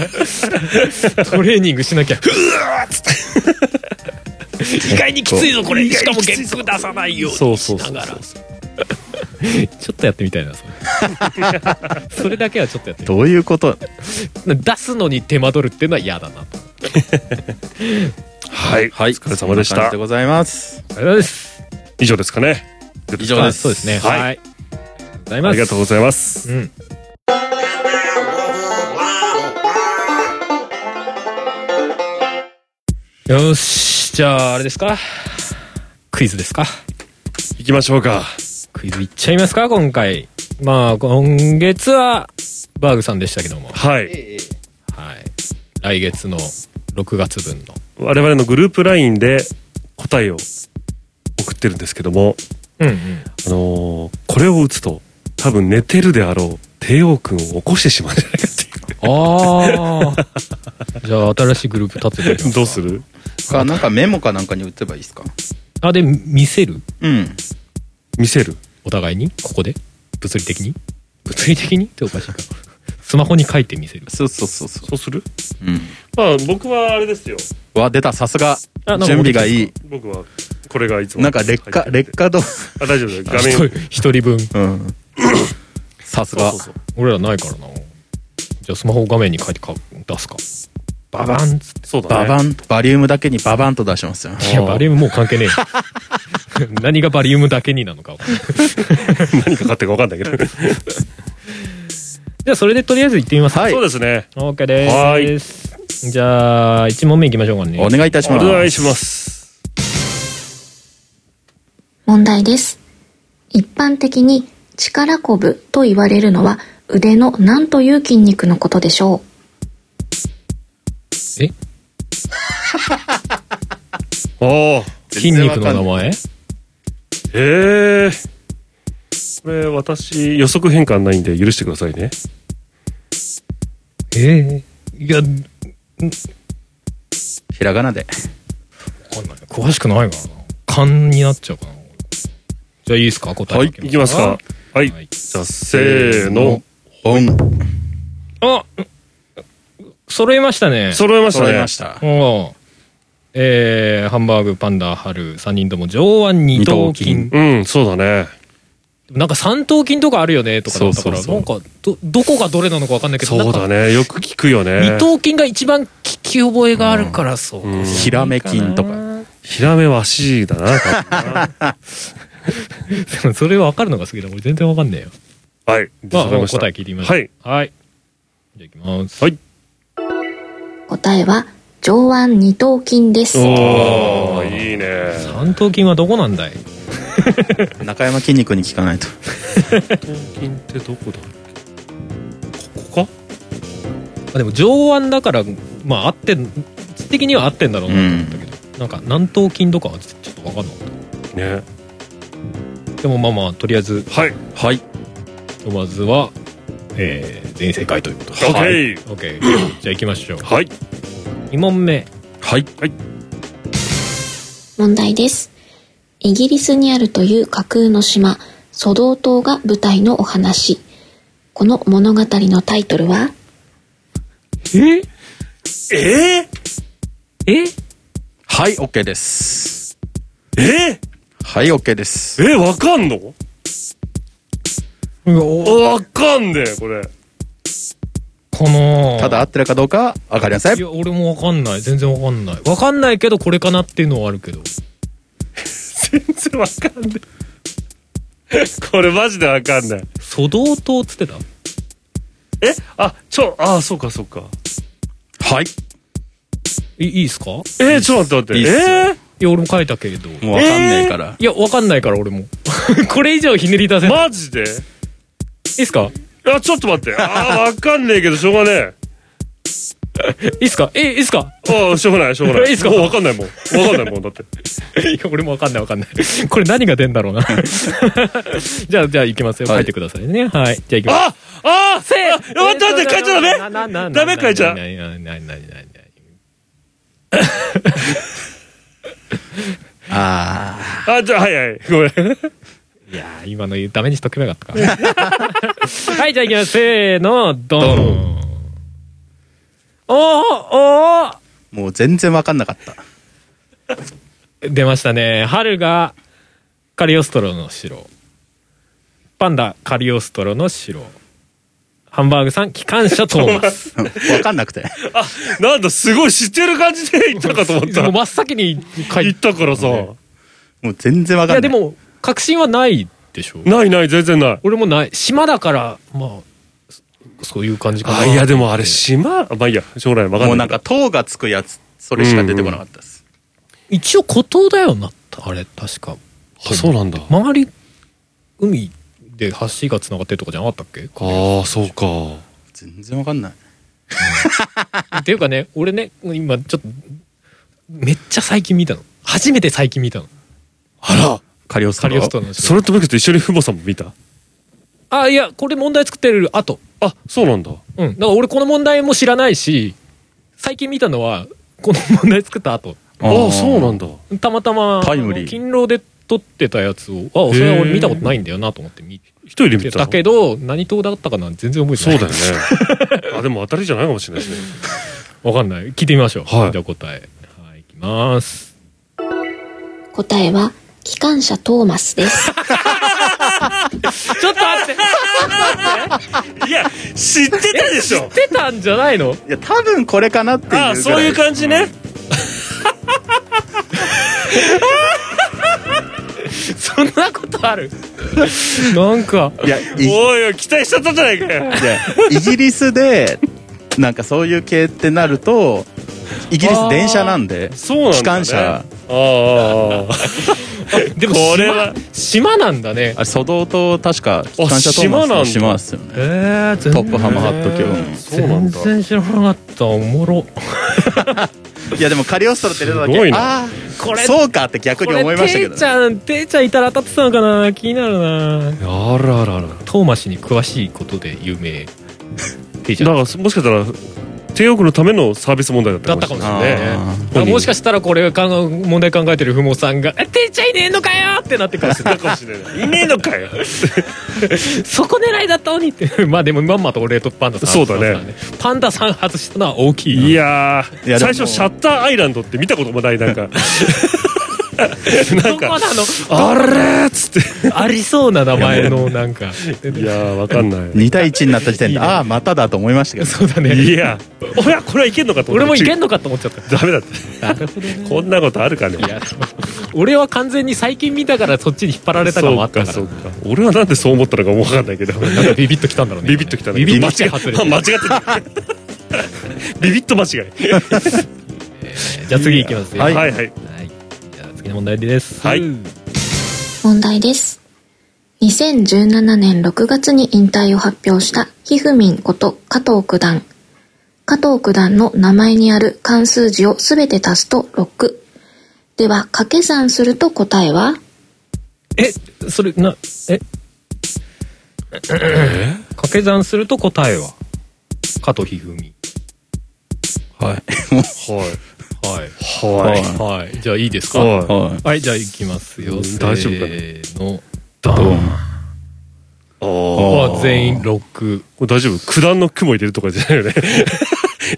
Speaker 2: る
Speaker 1: トレーニングしなきゃうわーっつって意外にきついぞこれしかも原稿出さないよう
Speaker 2: そう
Speaker 1: に
Speaker 2: そ
Speaker 1: し
Speaker 2: うそ
Speaker 1: な
Speaker 2: う
Speaker 1: がら
Speaker 2: そう
Speaker 1: ちょっとやってみたいなそれ それだけはちょっとやってみたい
Speaker 3: どういうこと
Speaker 1: 出すのに手間取るっていうのは嫌だなと
Speaker 2: はい、お疲れ様でし
Speaker 3: そんな
Speaker 2: た
Speaker 3: 感じでございま
Speaker 1: あ
Speaker 3: す。
Speaker 1: りがとうございます
Speaker 2: 以上ですかね
Speaker 3: 以上です。
Speaker 1: そうですね
Speaker 2: はい
Speaker 1: はいありがとうござい
Speaker 2: あ
Speaker 1: ま
Speaker 2: り
Speaker 1: す
Speaker 2: がとうございま
Speaker 1: う
Speaker 2: す
Speaker 1: んよしじゃああれですかクイズですか
Speaker 2: 行きましょうか
Speaker 1: クイズいっちゃいますか今回まあ今月はバーグさんでしたけども
Speaker 2: はい
Speaker 1: はい来月の6月分の
Speaker 2: 我々のグループ LINE で答えを送ってるんですけども
Speaker 1: うんうん
Speaker 2: あのーこれを打つと多分寝てるであろう帝王君を起こしてしまうんじゃないかってい
Speaker 1: ああじゃあ新しいグルー プ立てて
Speaker 2: う どうする
Speaker 3: か、なんかメモかなんかに打てばいいですか
Speaker 1: あで見せる
Speaker 3: うん。
Speaker 2: 見せる
Speaker 1: お互いにここで物理的に物理的にっておかしいかスマホに書いて見せる
Speaker 3: そうそうそうそ
Speaker 2: そうする
Speaker 3: う。うん。
Speaker 2: まあ僕はあれですよ
Speaker 3: わ、出た。さすが
Speaker 1: あなん。か
Speaker 3: 準備がいい。
Speaker 2: 僕はこれがいつも
Speaker 3: なんか劣化、
Speaker 2: 入って
Speaker 3: 劣
Speaker 2: て
Speaker 3: 化度。
Speaker 2: あ大丈夫だよ画
Speaker 1: 一
Speaker 2: 面
Speaker 1: 人一人分
Speaker 3: うん。さすが
Speaker 2: そう。そうそう
Speaker 1: 俺らないからなじゃあスマホを画面に書いてか出すかババンっつって
Speaker 2: そうだ
Speaker 3: バ
Speaker 2: ね
Speaker 3: バン、バリウムだけにババンと出しますよ。
Speaker 1: いやバリウムもう関係ねえよ 何がバリウムだけになのか分かんない
Speaker 2: 何かかってるか分かんないけど
Speaker 1: じゃあそれでとりあえず行ってみます
Speaker 3: はい
Speaker 2: そうですね
Speaker 1: OK で
Speaker 2: は
Speaker 1: ーすじゃあ1問目いきましょうかね
Speaker 3: お願いいたし
Speaker 2: お
Speaker 3: ます。
Speaker 2: 願いします
Speaker 4: 問題です。一般的に力こぶと言われるのは腕の何という筋肉のことでしょう
Speaker 1: え
Speaker 2: おお
Speaker 1: 筋
Speaker 3: 全然わ
Speaker 1: 肉
Speaker 3: かん
Speaker 1: の
Speaker 3: ない
Speaker 1: 名前
Speaker 2: ええこれ私予測変換ないんで許してくださいね
Speaker 1: ええいや
Speaker 3: ひらがなで。
Speaker 1: わかんない詳しくないからな勘になっちゃうかなじゃあいいですか答え
Speaker 2: はい行きますかはい
Speaker 1: はい
Speaker 2: じゃあせーの。
Speaker 3: 本。
Speaker 1: あ揃いましたね
Speaker 2: 揃えました
Speaker 3: 揃い
Speaker 2: ね
Speaker 3: ました。
Speaker 1: おうえーハンバーグパンダ春3人とも上腕二頭筋
Speaker 3: 二
Speaker 2: うんそうだね
Speaker 1: なんか三頭筋とかあるよねとかだったから
Speaker 3: そうそう
Speaker 1: なんかどどこがどれなのかわかんないけど
Speaker 2: そうだねよく聞くよ
Speaker 1: なんか二
Speaker 2: ね
Speaker 1: 頭筋が一番聞き覚えがあるからそうか
Speaker 2: うん
Speaker 3: ひらめ筋とか。
Speaker 2: ヒラメは足だな多分な
Speaker 1: でもそれ分かるのが好きだ俺全然わかんねえよ
Speaker 2: はい
Speaker 1: まあ
Speaker 2: 揃えした
Speaker 1: 答え聞いてみましょう
Speaker 2: はい
Speaker 1: はいじゃあいきます
Speaker 2: はい
Speaker 4: 答えは上腕二頭筋です。
Speaker 2: おおいいね
Speaker 1: 三頭筋はどこなんだい
Speaker 3: 中山筋肉に効かないと。
Speaker 2: 筋ってどこだここか
Speaker 1: あでも上腕だからまあ合ってん知的には合ってんだろうなと思ったけど、なんか軟頭筋とかはちょっと分かんなかっ
Speaker 2: ね
Speaker 1: たでもまあまあとりあえず
Speaker 2: はい
Speaker 3: はい。
Speaker 1: まずは、えー、全員正解ということで
Speaker 2: オッケー
Speaker 1: OK じゃあ行きましょう
Speaker 2: はい
Speaker 1: 2問目
Speaker 2: はいはい
Speaker 4: 問題です。イギリスにあるという架空の島、ソドー島が舞台のお話。この物語のタイトルは
Speaker 1: え
Speaker 2: え
Speaker 1: え
Speaker 3: はい、OK です。
Speaker 2: ー、え
Speaker 3: はい、OK です。
Speaker 2: ー、えわかんの
Speaker 1: お
Speaker 2: わかんねえこれ
Speaker 1: かな
Speaker 3: ただ合ってるかどうかわかりません
Speaker 1: い。や俺も分かんない全然分かんない分かんないけどこれかなっていうのはあるけど
Speaker 2: 全然わかんねえこれマジでわかんない
Speaker 1: ソドー島っつってた
Speaker 2: えあちょあそうかそうか
Speaker 3: はい。
Speaker 1: いいいですかい
Speaker 2: えー、ちょっと待って
Speaker 3: いいっ
Speaker 2: 待
Speaker 3: す
Speaker 2: って
Speaker 1: や
Speaker 2: えー、
Speaker 3: よ
Speaker 1: 俺も書いたけれど
Speaker 3: もうわかんねえから。
Speaker 1: いや分かんないから俺も これ以上ひねり出せない。い
Speaker 2: マジで
Speaker 1: いっすか
Speaker 2: あ、ちょっと待って。あー、わかんねえけど、しょうがね
Speaker 1: いいっすかえ、いいっすか
Speaker 2: え。あーしょうがない、しょうがない。
Speaker 1: いいっすか
Speaker 2: もうわかんないもん。わかんないもん、だって。
Speaker 1: いや、俺もわかんないわかんない。 これ何が出んだろうな。 じゃあ、じゃあ行きますよ。
Speaker 3: は
Speaker 1: 書
Speaker 3: い
Speaker 1: いてくださいね。はい。じゃあ行きます。
Speaker 2: ああせえ待って待って、書いちゃダメ
Speaker 1: ダメ
Speaker 2: ダメ書いちゃ
Speaker 1: なになになになになに
Speaker 3: あ
Speaker 2: あ、じゃあ、はいはい。ごめん。
Speaker 1: いやー、今のダメにしとけばよかったか。 はい、じゃあ行きます。せーの、ドン。おーおー
Speaker 3: ーもう全然分かんなかった
Speaker 1: 出ましたね春がカリオストロの城パンダカリオストロの城ハンバーグさん機関車トーマス
Speaker 3: うん分かんなくて
Speaker 2: あ、なんだ、すごい知ってる感じで言ったかと思った
Speaker 1: もう。真っ先に書
Speaker 2: 言
Speaker 1: い
Speaker 2: ってたからさ。
Speaker 3: もう全然分
Speaker 1: い
Speaker 3: かんない
Speaker 1: やでも確信はないでしょ
Speaker 2: ないない、全然ない。
Speaker 1: 俺もない島だからまあそそういう感じかな
Speaker 2: あ、いや、でもあれ、島まあいいや、将来わかんない。
Speaker 3: もうなんか塔がつくやつそれしか出てこなかったです、
Speaker 1: 一応孤島だよなあれ確か
Speaker 2: あ、そうなんだ。
Speaker 1: 周り海で橋がつながってるとかじゃなかったっけ
Speaker 2: ああ、そうか。
Speaker 3: 全然分かんない
Speaker 1: っていうかね俺ね今ちょっとめっちゃ最近見たの初めて最近見たの
Speaker 2: あら。
Speaker 3: カリオス
Speaker 1: カ
Speaker 3: トロ
Speaker 1: リオストロの
Speaker 2: そ
Speaker 1: 城
Speaker 2: れと僕と一緒にふもさんも見た
Speaker 1: あいやこれ問題作ってる後
Speaker 2: あ、そうなんだ。
Speaker 1: うんだから俺この問題も知らないし最近見たのはこの問題作った後
Speaker 2: ああ、そうなんだ。
Speaker 1: たまたま
Speaker 3: タイムリ
Speaker 1: あ
Speaker 3: ー
Speaker 1: の勤労で撮ってたやつをあそれは俺見たことないんだよなと思って見
Speaker 2: 一人で見
Speaker 1: て
Speaker 2: てた
Speaker 1: た
Speaker 2: の
Speaker 1: けど何党だったかな全然覚えて
Speaker 2: そう
Speaker 1: ない
Speaker 2: だよね。 あ、でも当たりじゃないかもしれないですね。
Speaker 1: わかんない聞いてみましょう、
Speaker 2: はい
Speaker 1: じゃあ答えはいいきます
Speaker 4: 答えは、機関車トーマスです。
Speaker 1: ちょっと待って
Speaker 2: いや、知ってたでしょ
Speaker 1: 出たんじゃないの
Speaker 3: いや多分これかなっていうぐらい
Speaker 2: ああ、そういう感じね。
Speaker 1: そんなこと あるなんか
Speaker 3: いやい
Speaker 2: おいおい、期待しちゃったじゃないかよ。
Speaker 3: でイギリスでなんかそういう系ってなるとイギリス電車なんで
Speaker 2: そうなんだ、ね。
Speaker 3: 機関車
Speaker 2: ああ。ああ、
Speaker 1: でも島
Speaker 2: これは
Speaker 1: 島なんだね
Speaker 3: あれソドー島確か機関車トーマスの島ですよね
Speaker 1: えー、全
Speaker 3: トップハマハット教
Speaker 2: そうなんだ。
Speaker 1: 全然知らなかったおもろ
Speaker 3: いやでもカリオストロって出ただ
Speaker 2: すご
Speaker 3: け
Speaker 2: いな
Speaker 3: ああ
Speaker 1: これ
Speaker 3: そうかって逆に思いましたけ
Speaker 1: これて
Speaker 3: ど
Speaker 1: ーち
Speaker 3: ね
Speaker 1: ゃんてーちゃんいたら当たってたのかな気になるな
Speaker 2: あらあらあら。
Speaker 1: トーマ氏に詳しいことで有名てーち
Speaker 2: だ
Speaker 1: ゃ
Speaker 2: か
Speaker 1: ん
Speaker 2: ら、もしかしたら、帝国のためのサービス問題だっ
Speaker 1: だ
Speaker 2: た
Speaker 1: ったかもしれな
Speaker 2: い
Speaker 1: いね
Speaker 3: あー
Speaker 1: だからもしかしたらこれかん問題考えてる不毛さんが「えてーちゃんいねえのかよ!」ってなってかもしれない
Speaker 2: だかもしれない。いねえのかよ。
Speaker 1: そこ狙いだったのにってまあでもまんまと俺とパンダさん
Speaker 2: そうだね
Speaker 1: 外したからパンダさん外したのは大きいない
Speaker 2: やー
Speaker 3: いやで
Speaker 2: 最
Speaker 3: も
Speaker 2: 初シャッターアイランドって見たこともないなん かな
Speaker 1: ど
Speaker 2: ん
Speaker 1: こな
Speaker 2: か
Speaker 1: の
Speaker 2: あれーっつっ
Speaker 1: ありそうな名前のなんか
Speaker 2: ていやーわかんない
Speaker 3: 2対1になった時点でああまただと思いましたけど
Speaker 1: そうだね
Speaker 2: いやおやこれはいけんのかと思
Speaker 1: 俺
Speaker 2: った
Speaker 1: もいけんのかと思っちゃった
Speaker 2: ダメだってこんなことあるかね
Speaker 1: いや俺は完全に最近見たからそっちに引っ張られた感もあったから
Speaker 2: そうかそうか俺はなんでそう思ったのかもわかんないけど
Speaker 1: なんかビビッときたんだろうね
Speaker 2: ビビッときたね
Speaker 1: ビビッとき
Speaker 2: 間違
Speaker 1: た外れて
Speaker 2: え間違ってる ビビッと間違い
Speaker 1: じゃあ次いきますよ
Speaker 2: はい
Speaker 1: はい
Speaker 2: はいはい
Speaker 1: じゃあ次の問題です
Speaker 2: はい
Speaker 4: 問題です。2017年6月に引退を発表したひふみんこと加藤九段。加藤九段の名前にある漢数字をすべて足すと6。では、掛け算すると答えは
Speaker 1: えそれなえ掛け算すると答えは加藤一二
Speaker 3: はいも
Speaker 1: はい
Speaker 2: はい
Speaker 3: は
Speaker 1: はいじゃあいいですか
Speaker 2: は
Speaker 3: うはい
Speaker 1: はいじゃあいきますよ
Speaker 2: うん大丈夫かな
Speaker 1: せーの
Speaker 3: ド
Speaker 1: ドン
Speaker 3: ン
Speaker 2: い
Speaker 1: ここは全員6
Speaker 2: これ大丈夫九段の雲入れるとかじゃない よね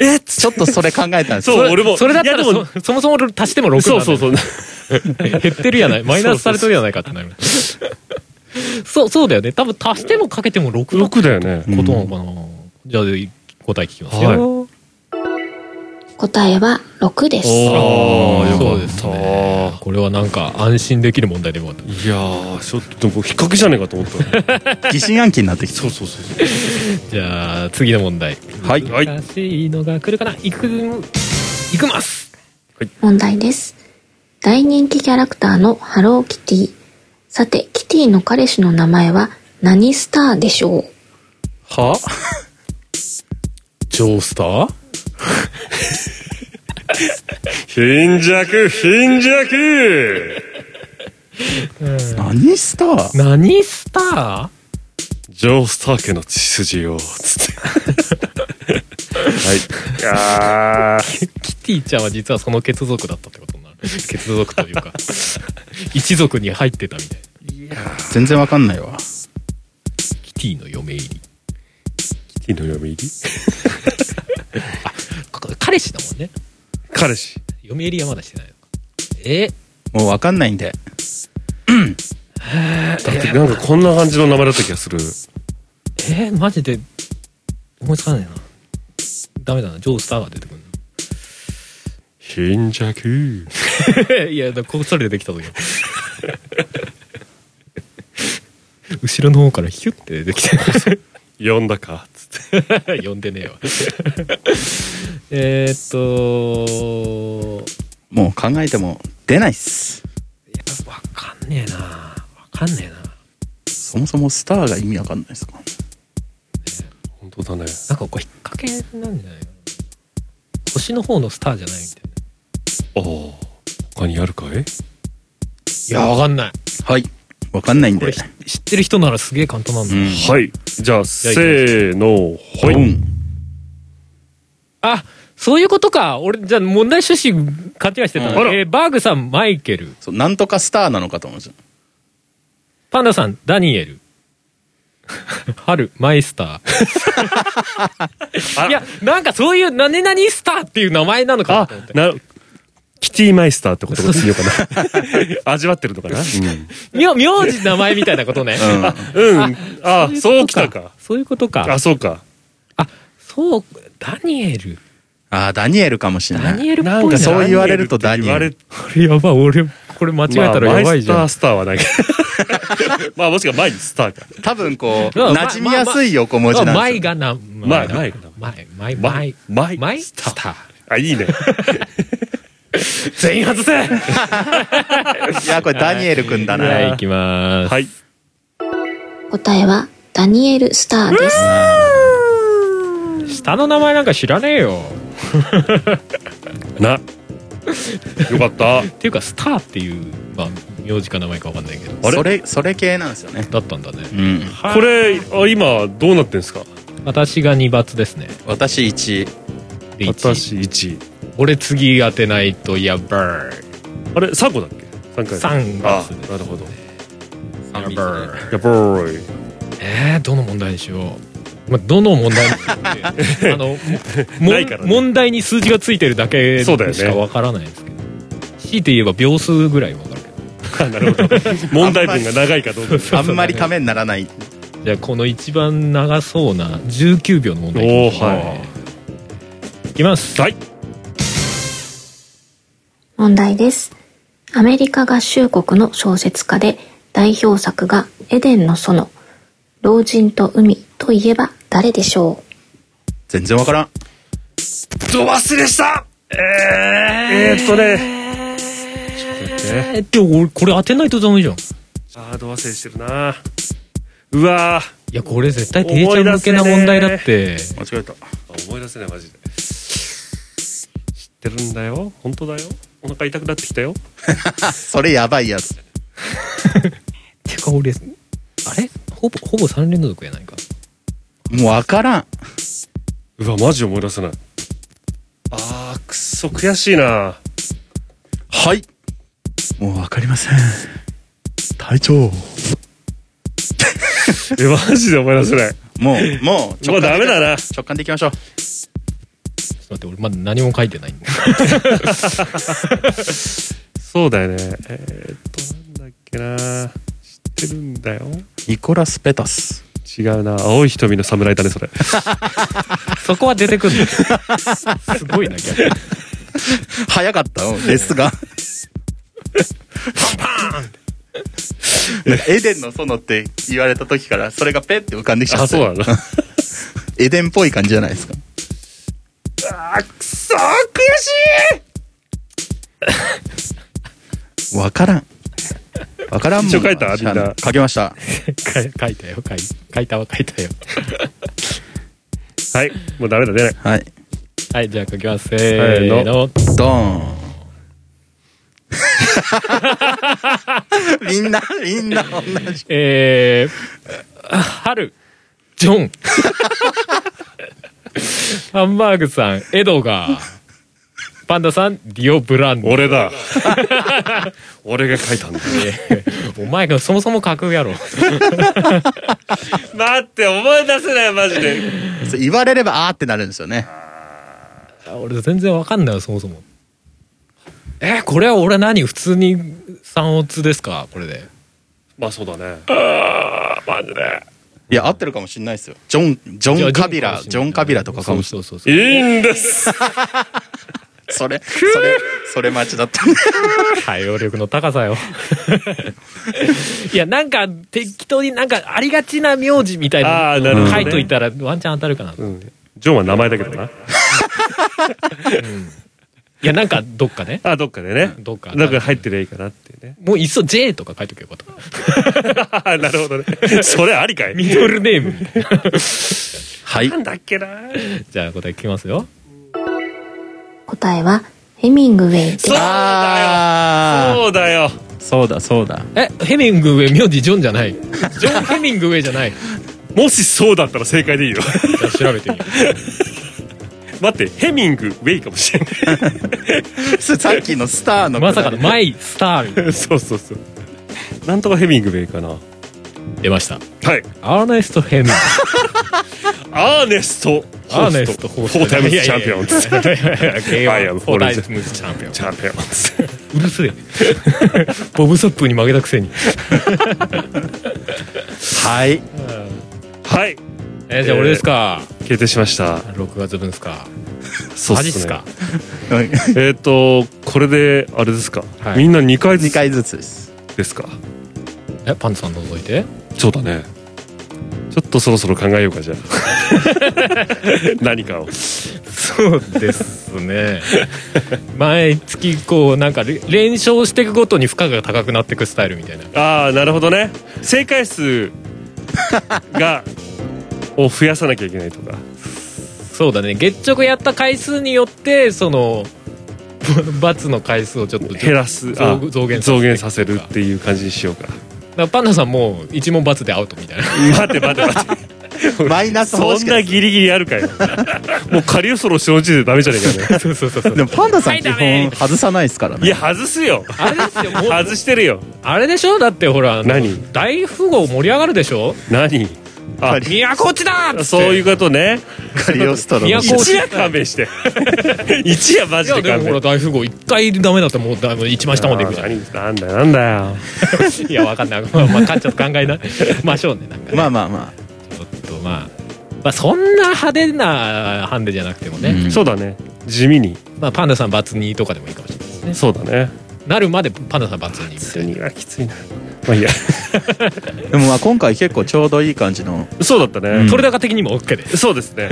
Speaker 2: えっ
Speaker 3: ちょっとそれ考えたんです
Speaker 2: そう
Speaker 3: よ
Speaker 2: 俺も
Speaker 1: それだった
Speaker 2: い
Speaker 1: ら
Speaker 2: やでも
Speaker 1: そそもそも俺足しても6なんだ
Speaker 2: そうそうそう
Speaker 1: 減ってるや ないマイナスされてるやないかってなるそうそうだよね多分足してもかけても6のこ
Speaker 2: 6だよね
Speaker 1: となのかな、じゃあ答え聞きますよ、
Speaker 2: はい
Speaker 4: 答えは6です。
Speaker 2: おー
Speaker 1: そうです
Speaker 2: よか
Speaker 1: ねこれはなんか安心できる問題でもあった
Speaker 2: いやーちょっともう引っ掛けじゃねえかと思ったね
Speaker 3: 疑心暗鬼になってきて
Speaker 2: そうそうそうそう
Speaker 1: じゃあ次の問題
Speaker 3: はい
Speaker 2: はい
Speaker 1: 難しいのが来るかないくいくます
Speaker 4: 問題です。大人気キャラクターのハローキティ。さて、キティの彼氏の名前は何スターでしょう
Speaker 1: はジョースター
Speaker 2: 貧弱、貧弱
Speaker 3: 何スター
Speaker 1: 何スタ
Speaker 2: ジョースター家の血筋を、つって。はい。いやー
Speaker 1: ーキティちゃんは実はその血族だったってことに なる。血族というか、一族に入ってたみたいな。
Speaker 3: 全然わかんないわ
Speaker 1: キティの嫁入り。
Speaker 2: キティの嫁入り
Speaker 1: こ彼氏だもんね。
Speaker 2: 彼氏。
Speaker 1: 嫁入りはまだしてないのか。え
Speaker 3: もうわかんないんで
Speaker 2: だってなんかこんな感じの名前だった気がする。
Speaker 1: えーマジで思いつかないなダメだなジョースターが出てく
Speaker 2: 貧弱。
Speaker 1: るの いやだからこっそり出てき た時後ろの方からヒュッて出てき
Speaker 2: 呼んだかつって。
Speaker 1: た 呼んでねえわえーっと
Speaker 3: もう考えても出ないっす
Speaker 1: いやわかんねえなわかんねえな
Speaker 3: そもそもスターが意味わかんないですか
Speaker 2: 本当だね。
Speaker 1: なんかこれ引っ掛けなんじゃないかな星の方のスターじゃないみたい
Speaker 2: ああ。他にあるかい
Speaker 1: ないやわかんない
Speaker 3: はいわかんないん
Speaker 1: こ
Speaker 3: で
Speaker 1: れひ知ってる人ならすげえ簡単なんだ、
Speaker 3: うん
Speaker 2: はい。じゃあ、せーの、ほ
Speaker 3: う
Speaker 2: い。
Speaker 3: ん
Speaker 1: あそういうことか俺じゃあ問題趣旨勘違いしてた、
Speaker 3: うん
Speaker 2: あら
Speaker 1: えーバーグさんマイケル
Speaker 3: そうなんとかスターなのかと思うじゃん
Speaker 1: パンダさんダニエル 春マイスタ
Speaker 2: あら
Speaker 1: ーいやなんかそういう何々スターっていう名前なのかな
Speaker 2: あ
Speaker 1: と思って、
Speaker 2: な、キティマイスターってことが強いかな。 味わってるのかな
Speaker 1: 名名字名前みたいなことね、
Speaker 2: うん。うん。あ、そうきたか。
Speaker 1: そういうことか
Speaker 2: あ、そうか。
Speaker 1: あそうダニエル
Speaker 3: ああダニエルかもしれな
Speaker 1: ダ
Speaker 3: い
Speaker 1: ニエルっぽいな
Speaker 3: なんかそう言われるとダニエル
Speaker 2: 言われ
Speaker 1: これやばい俺これ間違えたらやばいじゃん、
Speaker 2: まあ、マイスタースターはないけ どまあもしか前にスターか
Speaker 3: 多分こう
Speaker 1: うんま
Speaker 3: 馴染みやすい横文字
Speaker 1: あ
Speaker 3: なん
Speaker 1: マ
Speaker 3: です
Speaker 1: イ
Speaker 3: よ
Speaker 1: がな
Speaker 2: マイマイ
Speaker 1: マイマイマ
Speaker 2: マイ
Speaker 1: イ
Speaker 2: マイ
Speaker 1: マイ
Speaker 2: ス
Speaker 1: ス
Speaker 2: ター
Speaker 1: ター
Speaker 2: あいいね
Speaker 1: 全員外せ
Speaker 3: いやこれダニエルくんだ
Speaker 1: は、
Speaker 3: ない
Speaker 1: 行きます。
Speaker 2: はい
Speaker 4: 答えはダニエル・スターです。
Speaker 1: 下の名前なんか知らねえよ。
Speaker 2: なよかった
Speaker 1: っていうか、スターっていう、まあ、名字か名前かわかんないけど、
Speaker 2: あれ
Speaker 3: それそれ系なんですよね
Speaker 1: だったんだね。
Speaker 3: うん
Speaker 2: これあ今どうなってんですか
Speaker 1: 私が2罰ですね。
Speaker 3: 私1
Speaker 1: で1
Speaker 2: 私1位
Speaker 1: 俺次当てないと、やばい。
Speaker 2: あれ3個だっけ3回
Speaker 1: 三
Speaker 2: あ
Speaker 1: ですね
Speaker 2: なるほどや
Speaker 1: やばい。
Speaker 2: ばい
Speaker 1: えー、どの問題にしよう。まあ、どの問題にしよう ってあの、も
Speaker 2: ないからね
Speaker 1: 問題に数字がついてるだけ
Speaker 2: そうだよね
Speaker 1: しかわからないですけど。強いて言えば秒数ぐらいわかるけど。
Speaker 2: あなるほど問題文が長いかどうか
Speaker 3: あんまりためにならない
Speaker 1: じゃあこの一番長そうな19秒の問題いきましょう
Speaker 2: おーはい
Speaker 1: いきます
Speaker 2: はい
Speaker 4: 問題です。アメリカ合衆国の小説家で代表作がエデンの園、老人と海といえば誰でしょ
Speaker 3: 全然わからん
Speaker 2: ど忘れしたえー、えーっとね
Speaker 1: えーでも俺これ当てないとダメじゃんい
Speaker 2: あーど忘れしてるなうわー
Speaker 1: やこれ絶対定着向けな問題だって
Speaker 3: 間違えた
Speaker 2: あ思い出せないマジで知ってるんだよ本当だよお腹痛くなってきたよ
Speaker 3: それやばいやつ
Speaker 1: てか俺あれほぼほぼ3連続やないか
Speaker 3: もうわからん
Speaker 2: うわマジ思い出せないあーくそ悔しいな
Speaker 3: はいもうわかりません隊長
Speaker 2: えマジで思い出せない
Speaker 3: もうもう
Speaker 2: もうダメだな
Speaker 3: 直感でいきましょう
Speaker 1: ちょっと待って俺まだ何も書いてないんで
Speaker 2: そうだよねえーっとなんだっけな知ってるんだよ
Speaker 3: ニコラス・ペタス
Speaker 2: 違うな青い瞳の侍だねそれ
Speaker 1: そこは出てくる すごいな逆に
Speaker 3: 早かったのですがエデンの園って言われた時からそれがペって浮かんできちゃ
Speaker 2: あ
Speaker 3: って
Speaker 2: そうだな
Speaker 3: エデンっぽい感じじゃないですか
Speaker 2: そう悔しい
Speaker 3: わからんわからんもん
Speaker 2: 一応書いた
Speaker 3: しゃあ
Speaker 2: みんな
Speaker 3: 書けました
Speaker 1: 書い書いたよ書い書いたは書いたよ
Speaker 2: はい。もうダメだ、出ない。
Speaker 3: はい
Speaker 1: はいじゃあ書きますせーの
Speaker 3: ドーン みんなみんな同じ
Speaker 1: えー、春ジ ョンハンバーグさんエドガーパンダさんディオブランド
Speaker 2: 俺だ。 俺が書いたんだ。
Speaker 1: お前がそもそも書くやろ
Speaker 2: 待って、思い出せない、マジで。
Speaker 3: そう言われればあーってなるんですよね
Speaker 1: 俺全然わかんないよそもそもえーこれは俺何普通に3オツですかこれで
Speaker 2: まあそうだね。
Speaker 3: いや合ってるかもしれないですよジョンジョンカビラジョンカビラとかかもし
Speaker 1: そ
Speaker 3: れ
Speaker 1: うそうそうそう
Speaker 2: いいんです。
Speaker 3: ないそれそれそれ待ちだった
Speaker 1: 対応力の高さよ いやなんか適当になんかありがちな名字みたい
Speaker 2: あ
Speaker 1: な
Speaker 2: ーなるほど
Speaker 1: 書
Speaker 2: ね
Speaker 1: いといたらワンチャン当たるかな、い
Speaker 2: ジョンは名前だけどな。
Speaker 1: やなんかどっかね
Speaker 2: あ、どっかでね。
Speaker 1: どっか
Speaker 2: なんか入ってりゃいいかなっていうね。
Speaker 1: もういっそ J とか書いとけばよかった
Speaker 2: あなるほどね。それありかい
Speaker 1: ミドルネームみ たいな
Speaker 3: はい
Speaker 2: なんだっけな。
Speaker 1: じゃあ答え聞きますよ
Speaker 4: 答えはヘミングウェイです
Speaker 2: そうだよ。
Speaker 3: あ
Speaker 2: そうだよ。
Speaker 3: ーそうだそうだ
Speaker 1: えヘミングウェイ名字ジョンじゃないジョン・ヘミングウェイじゃないじ
Speaker 2: もしそうだったら正解でいいよ。
Speaker 1: ゃあ調べてみよう
Speaker 2: 待って、ヘミングウェイかもしれない。
Speaker 3: さっきのスターの
Speaker 1: まさかの
Speaker 3: くだり
Speaker 1: マイ・スターみたい
Speaker 2: そうそうそう。なんとかヘミングウェイかな。は
Speaker 1: な出ました
Speaker 2: い。
Speaker 1: アーネスト・ヘミング
Speaker 2: アーネスト。
Speaker 1: アーネスト・ホー
Speaker 2: フォータイムズチャンピオ ンズ。
Speaker 1: ン
Speaker 2: I am
Speaker 1: フォータイムズチャンピオン
Speaker 2: チャンピオンズ。
Speaker 1: うるせえボブ・サップに負けたくせに、
Speaker 3: はい
Speaker 2: はい。
Speaker 1: えじゃあ俺ですか、
Speaker 2: 決定しました。
Speaker 1: 6月分ですか
Speaker 2: そう
Speaker 1: マ
Speaker 2: っ
Speaker 1: ジっ
Speaker 2: す
Speaker 1: す
Speaker 2: ね
Speaker 1: か。
Speaker 2: えっと、これで、あれですか
Speaker 1: は。い
Speaker 2: みんな2回ず
Speaker 3: 2
Speaker 2: つ
Speaker 3: 回ずつです
Speaker 2: ですか。
Speaker 1: えパンツさん覗いて
Speaker 2: そうだね。ちょっとそろそろ考えよう か、じゃあ。何かを。
Speaker 1: そうですね 毎月こうなんかれ連勝していくごとに負荷が高くなっていくスタイルみたいな
Speaker 2: ああなるほどね正解数がを増やさなきゃいけないとか
Speaker 1: そうだね月直やった回数によってその 罰の回数をちょっと
Speaker 2: 減らす
Speaker 1: 増
Speaker 2: あ
Speaker 1: 増減させて
Speaker 2: 増減させるっていう感じにしようか
Speaker 1: だからパンダさんもう一問罰でアウトみたいな
Speaker 2: 待て待 て待て
Speaker 3: マイナス方
Speaker 2: そん
Speaker 3: 式
Speaker 2: な
Speaker 3: です
Speaker 2: ギリギリあるかよもうカリウソロしての時点でダメじゃね えかね
Speaker 1: そうそうそうそう
Speaker 3: でもパンダさ
Speaker 1: は
Speaker 3: ん
Speaker 1: い
Speaker 3: 基
Speaker 1: ダメ
Speaker 3: 本外さないですから
Speaker 2: い
Speaker 3: ね
Speaker 2: や外すよ
Speaker 1: あれですよもう
Speaker 2: 外してるよ
Speaker 1: あれでしょだってほらあの
Speaker 2: 何
Speaker 1: 大富豪盛り上がるでしょ
Speaker 2: 何あ
Speaker 3: カリ
Speaker 1: 宮古地だっつって
Speaker 2: そういうことね
Speaker 3: カリオストロ
Speaker 1: いや
Speaker 3: の
Speaker 1: こう
Speaker 2: 一夜勘弁して 一夜マ
Speaker 1: い
Speaker 2: ジ
Speaker 1: や
Speaker 2: で
Speaker 1: で
Speaker 2: 勘
Speaker 1: もほら
Speaker 2: 弁
Speaker 1: 大富豪一回ダメだったらもうだもう一番下まで行くじゃん
Speaker 2: 何なんだよなんだよ
Speaker 1: いやわかんないまあまあかっちょっと考えなましょうねなんかね
Speaker 3: まあまあま
Speaker 1: ちょっとまあまあそんな派手なハンデじゃなくても
Speaker 3: あ、う
Speaker 1: ね、
Speaker 3: ん
Speaker 2: そうだね地味に
Speaker 1: まあ、パンダさんバツ2とかでもいいかもしれないですね
Speaker 2: そうだね
Speaker 1: なるまでパンダさんバツ2み
Speaker 2: 普
Speaker 1: た
Speaker 2: 通
Speaker 1: いな
Speaker 2: にはきついな まあいいや
Speaker 3: でもまあ今回結構ちょうどいい感じの
Speaker 2: そうだった
Speaker 3: う
Speaker 2: ね
Speaker 3: ん
Speaker 1: 取れ高的にも OK です
Speaker 2: そうで すね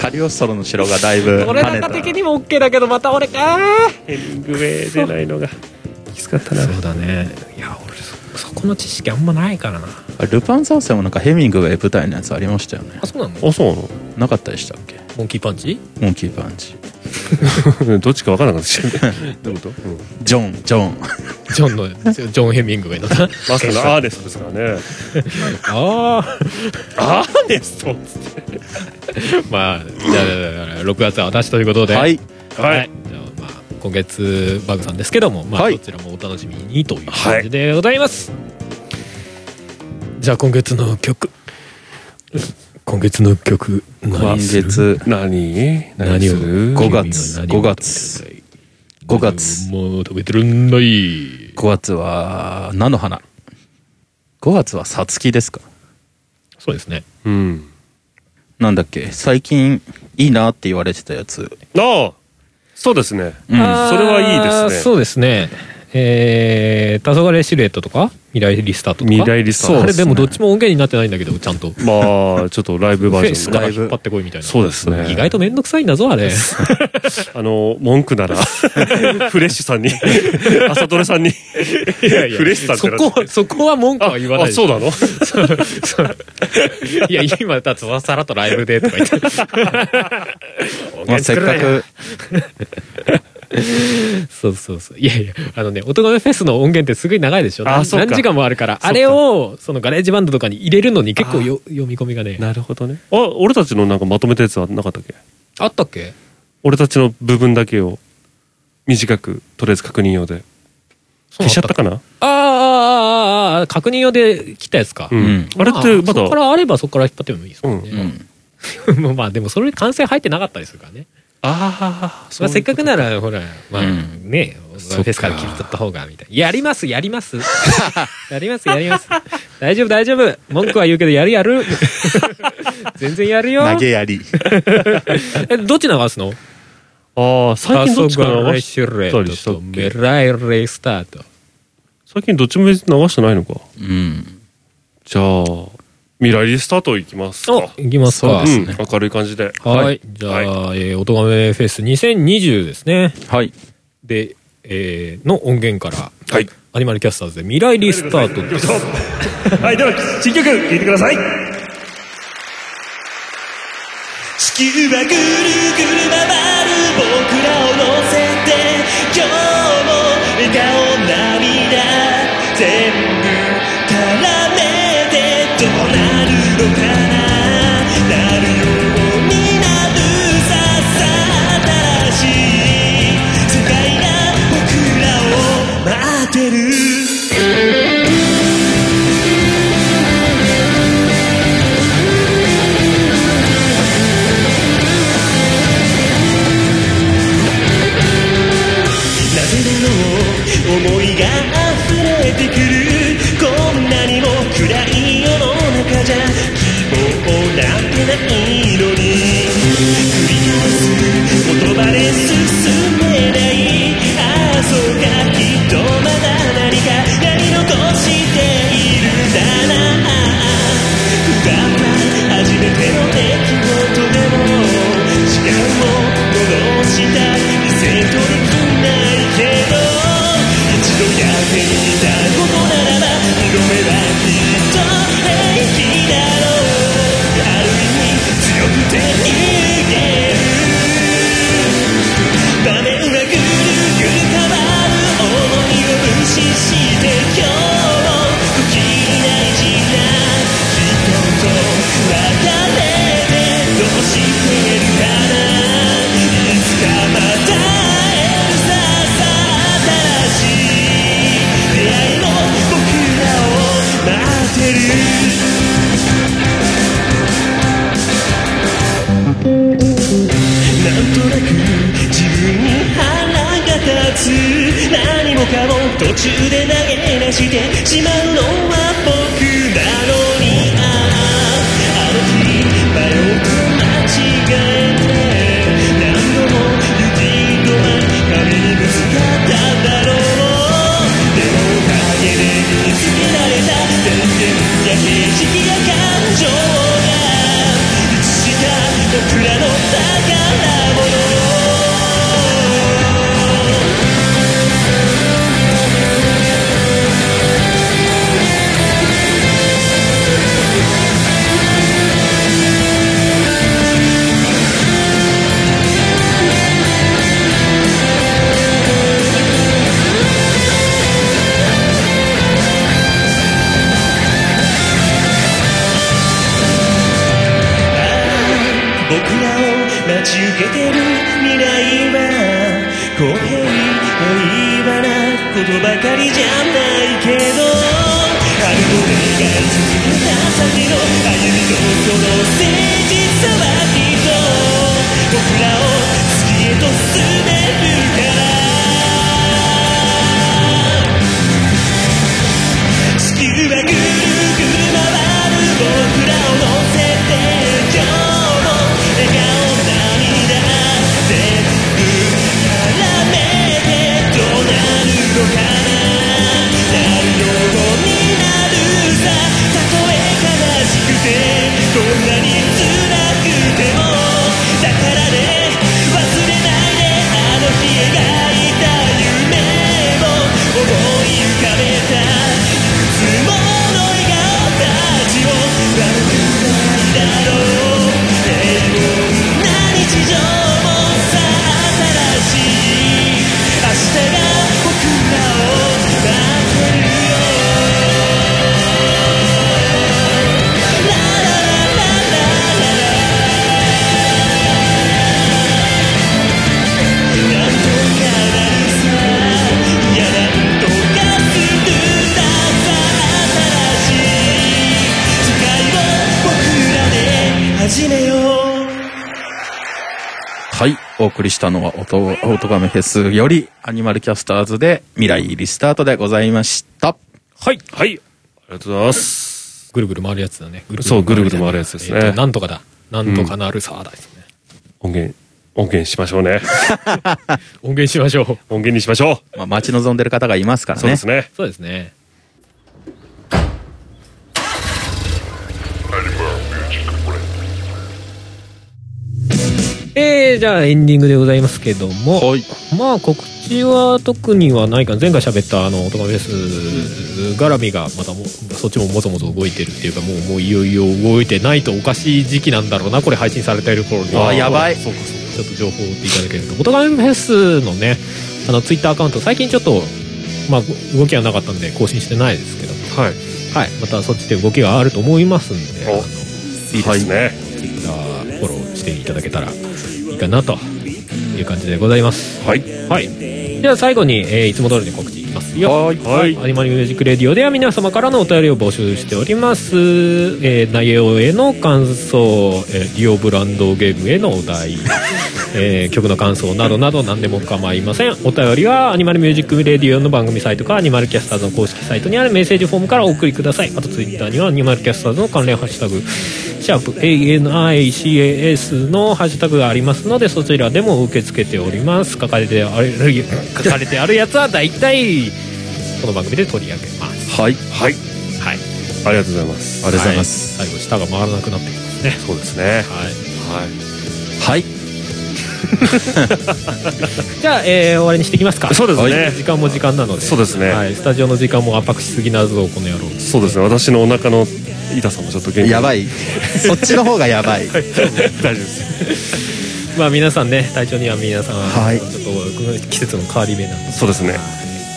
Speaker 3: カリオストロの城がだいぶ跳
Speaker 1: 取れ
Speaker 3: ね
Speaker 1: 高
Speaker 3: た
Speaker 1: 的にも OK だけどまた俺か
Speaker 2: ヘミングウェイ出ないのがきつかったな
Speaker 1: そうだねいや俺そそこの知識あんまないからな
Speaker 3: ルパン三世もなんかヘミングウェイ舞台のやつありましたよね
Speaker 1: あそうなの
Speaker 2: あそう
Speaker 3: なかったでしたっけ
Speaker 1: モンキーパンチ
Speaker 3: モンキーパンチ
Speaker 2: なのどっちか分からなかったどういうこと
Speaker 3: ジョンジョン
Speaker 1: ジョンのジョン・ヘミングウェイの な
Speaker 2: まさかのアーネストですからね
Speaker 1: ああ
Speaker 2: アーネスト
Speaker 1: まあ、じゃあ、6月は私ということで、
Speaker 3: はい
Speaker 1: は
Speaker 2: はいい
Speaker 1: じゃあまあ、今月、バグさんですけども、まあ、
Speaker 3: はい
Speaker 1: どちらもお楽しみにという感じでございます。じゃあ、今月の曲。今月の曲、
Speaker 3: 今
Speaker 1: 何する
Speaker 3: 月
Speaker 2: 何
Speaker 1: 何を
Speaker 3: 五月五月。
Speaker 1: 五
Speaker 3: 五月
Speaker 1: もう食べてるんない。
Speaker 3: 5月は菜の花5月はさつきですか
Speaker 1: そうですね。
Speaker 2: うん
Speaker 3: なんだっけ最近いいなって言われてたやつ
Speaker 2: ああそうですね、そ
Speaker 3: うん
Speaker 2: れはいいですね
Speaker 1: そうですね。えー、黄昏シルエットとか未来リスタートとか
Speaker 2: 未来リスター
Speaker 1: あ
Speaker 2: トで
Speaker 1: れ
Speaker 2: すね
Speaker 1: でもどっちも音源になってないんだけどちゃんと
Speaker 2: まあ、ちょっとライブ
Speaker 1: フ
Speaker 2: バ
Speaker 1: ェ
Speaker 2: ー
Speaker 1: イ
Speaker 2: ジ
Speaker 1: ス
Speaker 2: ョン
Speaker 1: か
Speaker 2: が
Speaker 1: ら引っ張ってこいみたいな
Speaker 2: そうですね。
Speaker 1: 意外と面倒くさいんだぞあ れ
Speaker 2: あの、文句な ら、フレッシュさんに、朝トレさんに、
Speaker 1: いやいや
Speaker 2: フレッシュさん
Speaker 1: そ
Speaker 2: から
Speaker 1: こはそこは文句は言わない
Speaker 2: あ、そうなの
Speaker 1: いや今だとさらっとライブでとか言っ て音
Speaker 3: まあ、
Speaker 1: 源
Speaker 3: せっ
Speaker 1: 作らない
Speaker 3: かく
Speaker 1: そうそうそういやいやあのね音楽フェスの音源ってすごい長いでしょ
Speaker 2: あ
Speaker 1: 何
Speaker 2: そっか
Speaker 1: 何時間もあるから
Speaker 2: か
Speaker 1: あれをそのガレージバンドとかに入れるのに結構よ読み込みがね
Speaker 2: なるほどね。あ、俺たちのなんかまとめたやつはなかったっけ
Speaker 1: あったっけ
Speaker 2: 俺たちの部分だけを、短く、とりあえず確認用で。
Speaker 1: そう
Speaker 2: 消
Speaker 1: な
Speaker 2: しちゃったかな
Speaker 1: あーあーあーあーあー確認用で来たやつか、
Speaker 2: うん
Speaker 3: うん
Speaker 2: あれってま
Speaker 1: そこか
Speaker 2: だ、
Speaker 1: らあればそこから引っ張ってもいいですから
Speaker 3: う
Speaker 1: ね、
Speaker 3: ん
Speaker 1: もうまあでもそれ完成入ってなかったりするからね
Speaker 2: ああ、
Speaker 1: まあ、せっかく
Speaker 2: な
Speaker 1: ならほらまあ、
Speaker 3: うん
Speaker 1: ねフェスから切り取った方がみたいなやりますやりますやりますやります大丈夫大丈夫文句は言うけどやるやる全然やるよ
Speaker 3: 投げやり
Speaker 1: えどっち流すの
Speaker 2: ああ、最近どっちか流
Speaker 1: シュ
Speaker 2: し
Speaker 1: レ
Speaker 2: たり
Speaker 1: ッ
Speaker 2: した
Speaker 1: トと
Speaker 2: っ
Speaker 1: メ
Speaker 2: け
Speaker 1: ライレスタート
Speaker 2: 最近どっちも別に流してないのか。
Speaker 3: うん
Speaker 2: じゃあ、未来リスタートいきますか。
Speaker 1: おいきますか
Speaker 3: そうです
Speaker 2: うん、明るい感じで。
Speaker 1: はい、じゃあ、
Speaker 2: はい
Speaker 1: えー、おとがめフェス2020ですね
Speaker 3: はい
Speaker 1: で、えーの音源から、
Speaker 2: はい
Speaker 1: アニマルキャスターズで未来リスタートです
Speaker 2: はい、では新曲聴いてください。
Speaker 5: 地球はぐるぐる回る僕らを乗せて今日も笑顔涙全部絡めてどうなるのかななるようになるささ新しい世界が僕らを待ってるなぜだろう思いが溢れてくるこんなにも暗い世の中じゃ希望なんてないのに繰り返す言葉で進めないああそうかきっとまだ何かやり残しているんだな普段は初めての出来事でも時間を戻した理性とできないけど一度やってみたことならば二度目はきっと平気だろうある意味強くて逃げる場面はぐるぐる変わる想いを無視して今日も不気味な一な人と別れてどうしてるかないつかまた会えるささ新しい出会いの僕らを待ってるなんとなく自分に腹が立つ何もかも途中で投げ出してしまうのは僕なのにあああの日迷う間違えて何度も指とは壁にぶつかったんだろうでもおかげで見つけられた全然や景色や感情がいつしか僕らの宝物僕らを待ち受けてる未来は公平平和なことばかりじゃないけどあると願い続けた先の歩みとその誠実さはきっと僕らを月へと進めるから地球はぐるぐる回る僕らを乗せて今日も笑顔涙全部絡めてどうなるのかな
Speaker 3: お送りしたのは、おと、おとがめフェスより、アニマルキャスターズで、未来リスタートでございました。
Speaker 2: はい。はい。ありがとうございます。
Speaker 1: ぐるぐる回るやつだね。
Speaker 2: そうぐるぐる回るやつですね
Speaker 1: えーとなんとかだ。なんとかなるさだですね。
Speaker 2: 音源、音源しましょうね。
Speaker 1: 音源しましょう。
Speaker 2: 音源にしましょ
Speaker 3: まあ、待ち望んでる方がいますか
Speaker 2: う。
Speaker 3: ら
Speaker 2: そうで
Speaker 3: ね。
Speaker 2: すね。
Speaker 1: そうですね。えー、じゃあエンディングでございますけども、
Speaker 3: はい。
Speaker 1: まあ告知は特にはないかな前回喋ったあの「オトガメフェス」絡みがまたもそっちももともと動いてるっていうかもうもういよいよ動いてないとおかしい時期なんだろうなこれ配信されてる頃に
Speaker 3: あーやばい
Speaker 1: そうかそうかちょっと情報を追っていただけると「オトガメフェス」のねあのツイッターアカウント最近ちょっと、まあ、動きはなかったんで更新してないですけど、
Speaker 2: はい。
Speaker 1: はい、またそっちで動きがあると思いますんで
Speaker 2: おいいですね。
Speaker 1: ツイッターフォローしていただけたらいいかなという感じでございます
Speaker 2: はい。
Speaker 1: はい、では最後に、えーいつも通りの告知いきますよ
Speaker 2: はいはい
Speaker 1: アニマルミュージック・レディオでは皆様からのお便りを募集しております、えー、内容への感想、えー、リオブランドゲームへのお 題えー曲の感想などなど何でも構いませんお便りはアニマルミュージック・レディオの番組サイトかアニマルキャスターズの公式サイトにあるメッセージフォームからお送りくださいあとツイッターにはアニマルキャスターズの関連ハッシュタグシャープ ANICAS のハッシュタグがありますのでそちらでも受け付けております書かれてある書かれてあるやつは大体この番組で取り上げます
Speaker 3: はい。
Speaker 2: はい。
Speaker 1: はい
Speaker 2: ありがとうございます。
Speaker 3: ありがとうございま
Speaker 1: は
Speaker 3: す。
Speaker 1: 最後舌が回らなくなってきますね
Speaker 2: そうですね。
Speaker 1: はい
Speaker 2: はい。
Speaker 3: はい。
Speaker 1: じゃあ、えー終わりにしていきますか
Speaker 2: そうですね
Speaker 1: はい時間も時間なので
Speaker 2: そうですね
Speaker 1: はい、スタジオの時間も圧迫しすぎなぞこの野郎
Speaker 2: そうですね。私のお腹の痛さもちょっと元気
Speaker 3: やば
Speaker 2: い。
Speaker 3: い。そっちの方がやばい。
Speaker 2: 大丈夫です。
Speaker 1: まあ皆さんね体調には皆さん、
Speaker 3: はい
Speaker 1: ちょっとこの季節の変わり目なんで
Speaker 2: そうですね
Speaker 1: はい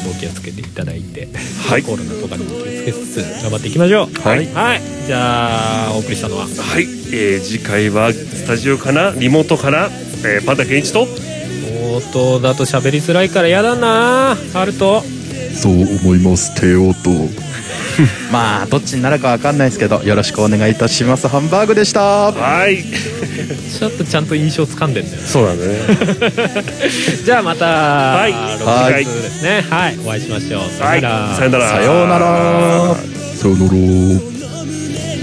Speaker 1: お気をつけていただいて、
Speaker 2: はい
Speaker 1: コロナとかにも気をつけつつ頑張っていきましょう
Speaker 2: はい
Speaker 1: はい、じゃあお送りしたのは
Speaker 2: はい。えー、次回はスタジオかなリモートかな、えー、パンダケンイチと
Speaker 1: 音だと喋りづらいからやだなハルト
Speaker 3: そう思います、帝王と。 まあ、どっちになるかわかんないですけど、よろしくお願いいたします。ハンバーグでした。
Speaker 2: はい。
Speaker 1: ちょっとちゃんと印象つかんでんだよね
Speaker 2: そうなんだね。
Speaker 1: じゃあまた、
Speaker 2: い
Speaker 1: 6月ですねはい、お会いしましょうさ
Speaker 2: は
Speaker 1: よ
Speaker 2: い
Speaker 1: なら、。
Speaker 2: さよなら。
Speaker 3: さようなら。さようなら。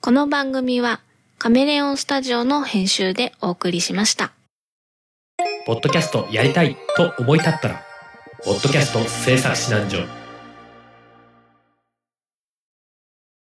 Speaker 4: この番組はカメレオンスタジオの編集でお送りしました。
Speaker 1: ポッドキャストやりたいと思い立ったら「ポッドキャスト制作指南所」